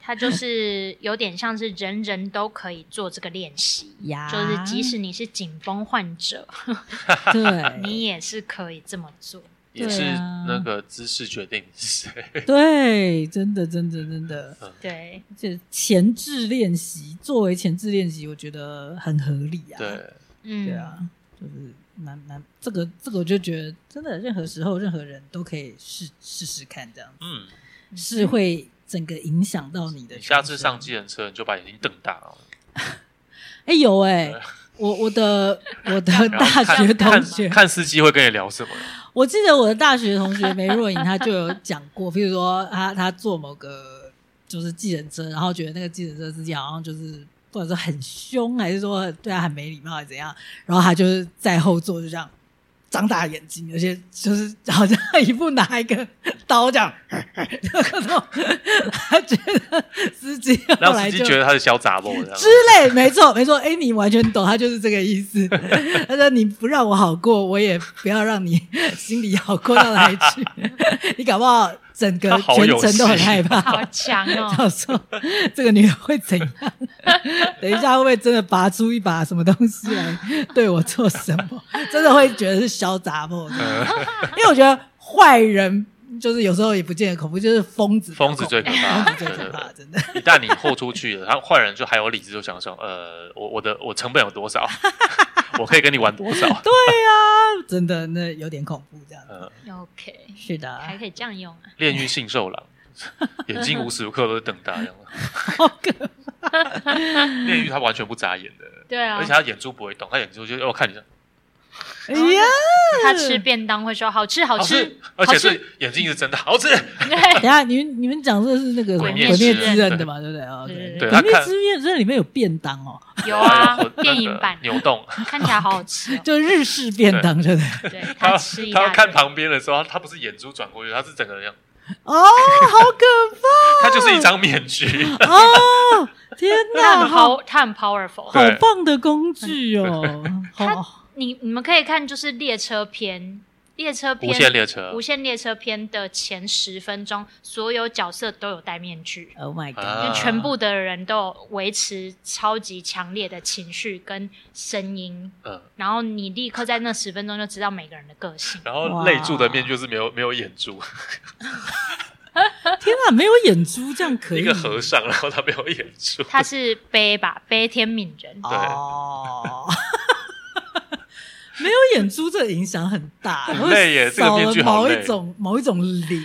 Speaker 2: 它就是有点像是人人都可以做这个练习，
Speaker 4: 呀，
Speaker 2: 就是即使你是紧绷患者，
Speaker 4: 啊对
Speaker 2: 你也是可以这么做。
Speaker 1: 也
Speaker 4: 对
Speaker 1: 是
Speaker 4: 啊
Speaker 1: 那个姿势决定是谁。
Speaker 4: 对，真的真的真的，
Speaker 2: 对，
Speaker 4: 这前置练习作为前置练习，我觉得很合理啊。
Speaker 1: 对，
Speaker 2: 嗯，
Speaker 4: 对啊，就是蛮蛮这个这个，我就觉得真的任何时候任何人都可以试试试看，这样子
Speaker 1: 嗯，
Speaker 4: 是会整个影响到你的
Speaker 1: 你
Speaker 4: 人生。
Speaker 1: 下次上计程车你就把眼睛瞪大
Speaker 2: [LAUGHS]
Speaker 1: 哦，
Speaker 4: 哎、有哎、我我的我的
Speaker 1: [LAUGHS] 然后
Speaker 4: 大
Speaker 1: 看
Speaker 4: 学同
Speaker 1: 看
Speaker 4: 学，
Speaker 1: 看司机会跟你聊什么，
Speaker 4: 我记得我的大学同学梅若颖，她就有讲过，譬如说她她坐某个就是计程车，然后觉得那个计程车司机好像就是不管说很凶，还是说对他很没礼貌，还是怎样，然后他就是在后座就这样张大眼睛，有些就是好像一步拿一个刀这样， [LAUGHS] 各种，他觉得司机后
Speaker 1: 让司
Speaker 4: 来
Speaker 1: 机
Speaker 4: 就
Speaker 1: 觉得他是小杂货这样
Speaker 4: 之。类，没错没错，哎，你完全懂，他就是这个意思。他说你不让我好过，我也不要让你心里好过到哪里去。你搞不好整个
Speaker 1: 他好
Speaker 4: 全
Speaker 1: 有
Speaker 4: 程都很
Speaker 1: 戏
Speaker 4: 害
Speaker 2: 好
Speaker 4: 怕。
Speaker 2: 强哦！
Speaker 4: [LAUGHS] 想说这个女的会怎样？等一下会不会真的拔出一把什么东西来对我做什么？真的会觉得是小杂货，
Speaker 1: 嗯
Speaker 4: 因为我觉得坏人就是有时候也不见得恐怖，就是疯子比较
Speaker 1: 疯子
Speaker 4: 恐怖，
Speaker 1: 最可怕
Speaker 4: 疯子最
Speaker 1: 对
Speaker 4: 可
Speaker 1: 对
Speaker 4: 怕，
Speaker 1: 对
Speaker 4: 真的。
Speaker 1: 一旦你豁出去了，他坏人就还有理智，就想想，呃，我我的我成本有多少， [LAUGHS] 我可以跟你玩多少。
Speaker 2: [LAUGHS]
Speaker 4: 对呀、真的那有点恐怖这样子。
Speaker 1: 呃，
Speaker 2: OK，
Speaker 4: 是的，
Speaker 2: 还可以这样用啊。
Speaker 1: 炼狱性兽狼，眼睛无时无刻都是瞪大
Speaker 2: [LAUGHS]
Speaker 1: 这样。
Speaker 4: 好可
Speaker 1: 炼狱他完全不眨眼的，
Speaker 2: 对啊
Speaker 1: 而且，他眼珠不会动，他眼珠就哦看你这样，
Speaker 4: 哎呀，
Speaker 2: 他吃便当会说好吃好吃，
Speaker 1: 而且
Speaker 2: 好吃
Speaker 1: 哦是眼睛一直睁大，好吃。
Speaker 4: 等一下你们你们讲这是那个《
Speaker 1: 鬼
Speaker 4: 鬼
Speaker 1: 灭
Speaker 4: 灭
Speaker 1: 之
Speaker 4: 之
Speaker 1: 刃
Speaker 4: 刃》
Speaker 1: 对
Speaker 4: 的嘛，对不对啊？
Speaker 2: 对
Speaker 4: OK
Speaker 1: 对
Speaker 4: 鬼
Speaker 1: 他
Speaker 4: 灭
Speaker 1: 看
Speaker 4: 之刃》这里面有便当
Speaker 1: [LAUGHS]
Speaker 4: 哦，
Speaker 2: 有啊
Speaker 1: 还有，
Speaker 2: 电影版
Speaker 1: 哎那个扭动。
Speaker 2: 看起来好好
Speaker 1: [LAUGHS]
Speaker 2: 吃哦。
Speaker 4: 就日式便当，对不对？
Speaker 2: 对
Speaker 1: 他
Speaker 2: [LAUGHS] 他吃一
Speaker 1: 他
Speaker 2: 大
Speaker 1: 看
Speaker 2: 堆，
Speaker 1: 旁边的时候，他不是眼珠转过去，他是整个人这样，
Speaker 4: 哦，好可
Speaker 1: [LAUGHS] 他就是一张面具。 [LAUGHS]
Speaker 4: 怕哦！天
Speaker 2: 他
Speaker 4: 哪，
Speaker 2: 很
Speaker 4: 好
Speaker 2: power，他很 powerful。
Speaker 4: 好棒的工具哦！好，
Speaker 2: 你你们可以看就是列车篇，列车篇
Speaker 1: 无限列车
Speaker 2: 无，限列车篇的前十分钟，所有角色都有戴面具，
Speaker 4: ，Oh my
Speaker 2: 因
Speaker 4: god！
Speaker 1: 啊
Speaker 2: 为全部的人都有维持超级强烈的情绪跟声音，
Speaker 1: 嗯，
Speaker 2: 然后你立刻在那十分钟就知道每个人的个性。
Speaker 1: 然后泪柱的面具就是没有没有眼珠，
Speaker 4: 天哪，没有眼珠这样可以
Speaker 1: 一？个和尚，然后他没有眼珠，
Speaker 2: 他是悲吧，悲天悯人。
Speaker 1: 对
Speaker 4: 哦。 [LAUGHS] 没有眼珠，这影响很大，
Speaker 1: 很累耶这个
Speaker 4: 少
Speaker 1: 面具
Speaker 4: 了
Speaker 1: 好
Speaker 4: 某
Speaker 1: 累
Speaker 4: 一种某一种灵。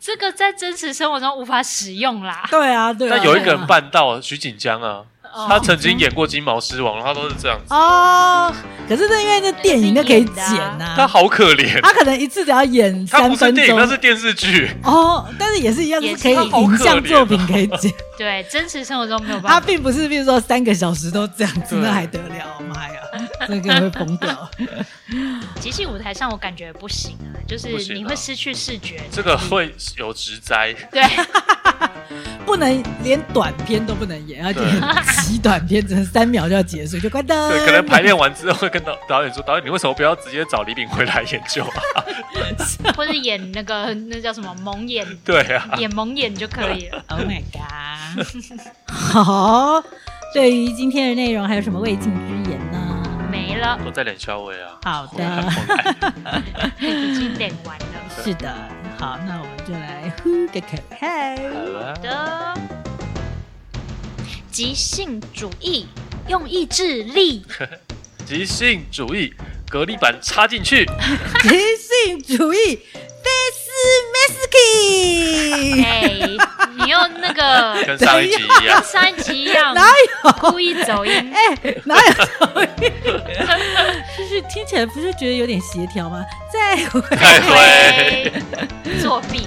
Speaker 2: 这个在真实生活中无法使用啦。
Speaker 4: 对啊，对
Speaker 1: [LAUGHS]
Speaker 4: 啊。
Speaker 1: 但有一个
Speaker 4: 对
Speaker 1: 人
Speaker 4: 啊
Speaker 1: 办到，徐锦江啊，
Speaker 2: 哦
Speaker 1: 他曾经演过金毛狮王，他都是这样子，
Speaker 4: 哦，可是那因为那电影那可以剪呐、
Speaker 1: 他好可怜，
Speaker 4: 他可能一次只要演
Speaker 1: 他
Speaker 4: 啊三
Speaker 1: 不是
Speaker 4: 分
Speaker 1: 电影，
Speaker 4: 钟
Speaker 1: 那是电视剧，
Speaker 4: 哦，但是也是一样，
Speaker 2: 也
Speaker 4: 是
Speaker 2: 是
Speaker 4: 可以
Speaker 2: 他
Speaker 1: 好可
Speaker 4: 影像
Speaker 1: 怜
Speaker 4: 作品
Speaker 1: 哦
Speaker 4: 可以
Speaker 1: [LAUGHS]
Speaker 4: 剪。
Speaker 2: 对，真实生活中没有办
Speaker 4: 他
Speaker 2: 法。
Speaker 4: 并不是，比如说三个小时都这样子，
Speaker 1: 对
Speaker 4: 那还得了？
Speaker 1: [LAUGHS]
Speaker 4: 妈呀，这个会疯掉。
Speaker 2: 即兴舞台上，我感觉不行啊，就是
Speaker 1: 不行啊
Speaker 2: 你会失去视觉。
Speaker 1: 这个会有植栽，
Speaker 2: 对，
Speaker 4: 不能连短片都不能演，而且极短片只能三秒就要结束，就关灯。
Speaker 1: 对，可能排练完之后会跟导导演说，导演你为什么不要直接找李炳辉来研究啊？
Speaker 2: 或者演那个那叫什么蒙眼，
Speaker 1: 对啊，
Speaker 2: 演蒙眼就可以了。
Speaker 4: Oh my
Speaker 1: [LAUGHS]
Speaker 4: god！好，对于今天的内容还有什么未尽之言呢？
Speaker 2: 没了， [LAUGHS]
Speaker 1: 都在脸稍微啊，
Speaker 4: 好的
Speaker 2: 已经点完了。
Speaker 4: 是的，好，那我们就来呼个口
Speaker 1: 好
Speaker 4: 号。
Speaker 1: 啊
Speaker 2: [LAUGHS] 好的，即兴主义用意志力，
Speaker 1: 即兴主义，隔离板插进去，
Speaker 4: 即兴主义，Face
Speaker 2: [LAUGHS]
Speaker 4: Mesky，
Speaker 2: 哎，你用那个
Speaker 1: 跟上一集一样
Speaker 2: 跟。上一集一样，
Speaker 4: 哪有？
Speaker 2: 故意走音。
Speaker 4: 哎、哪有主意？ [LAUGHS] 就是听起来不是觉得有点协调吗？再回
Speaker 1: 太会，
Speaker 2: 哎作弊，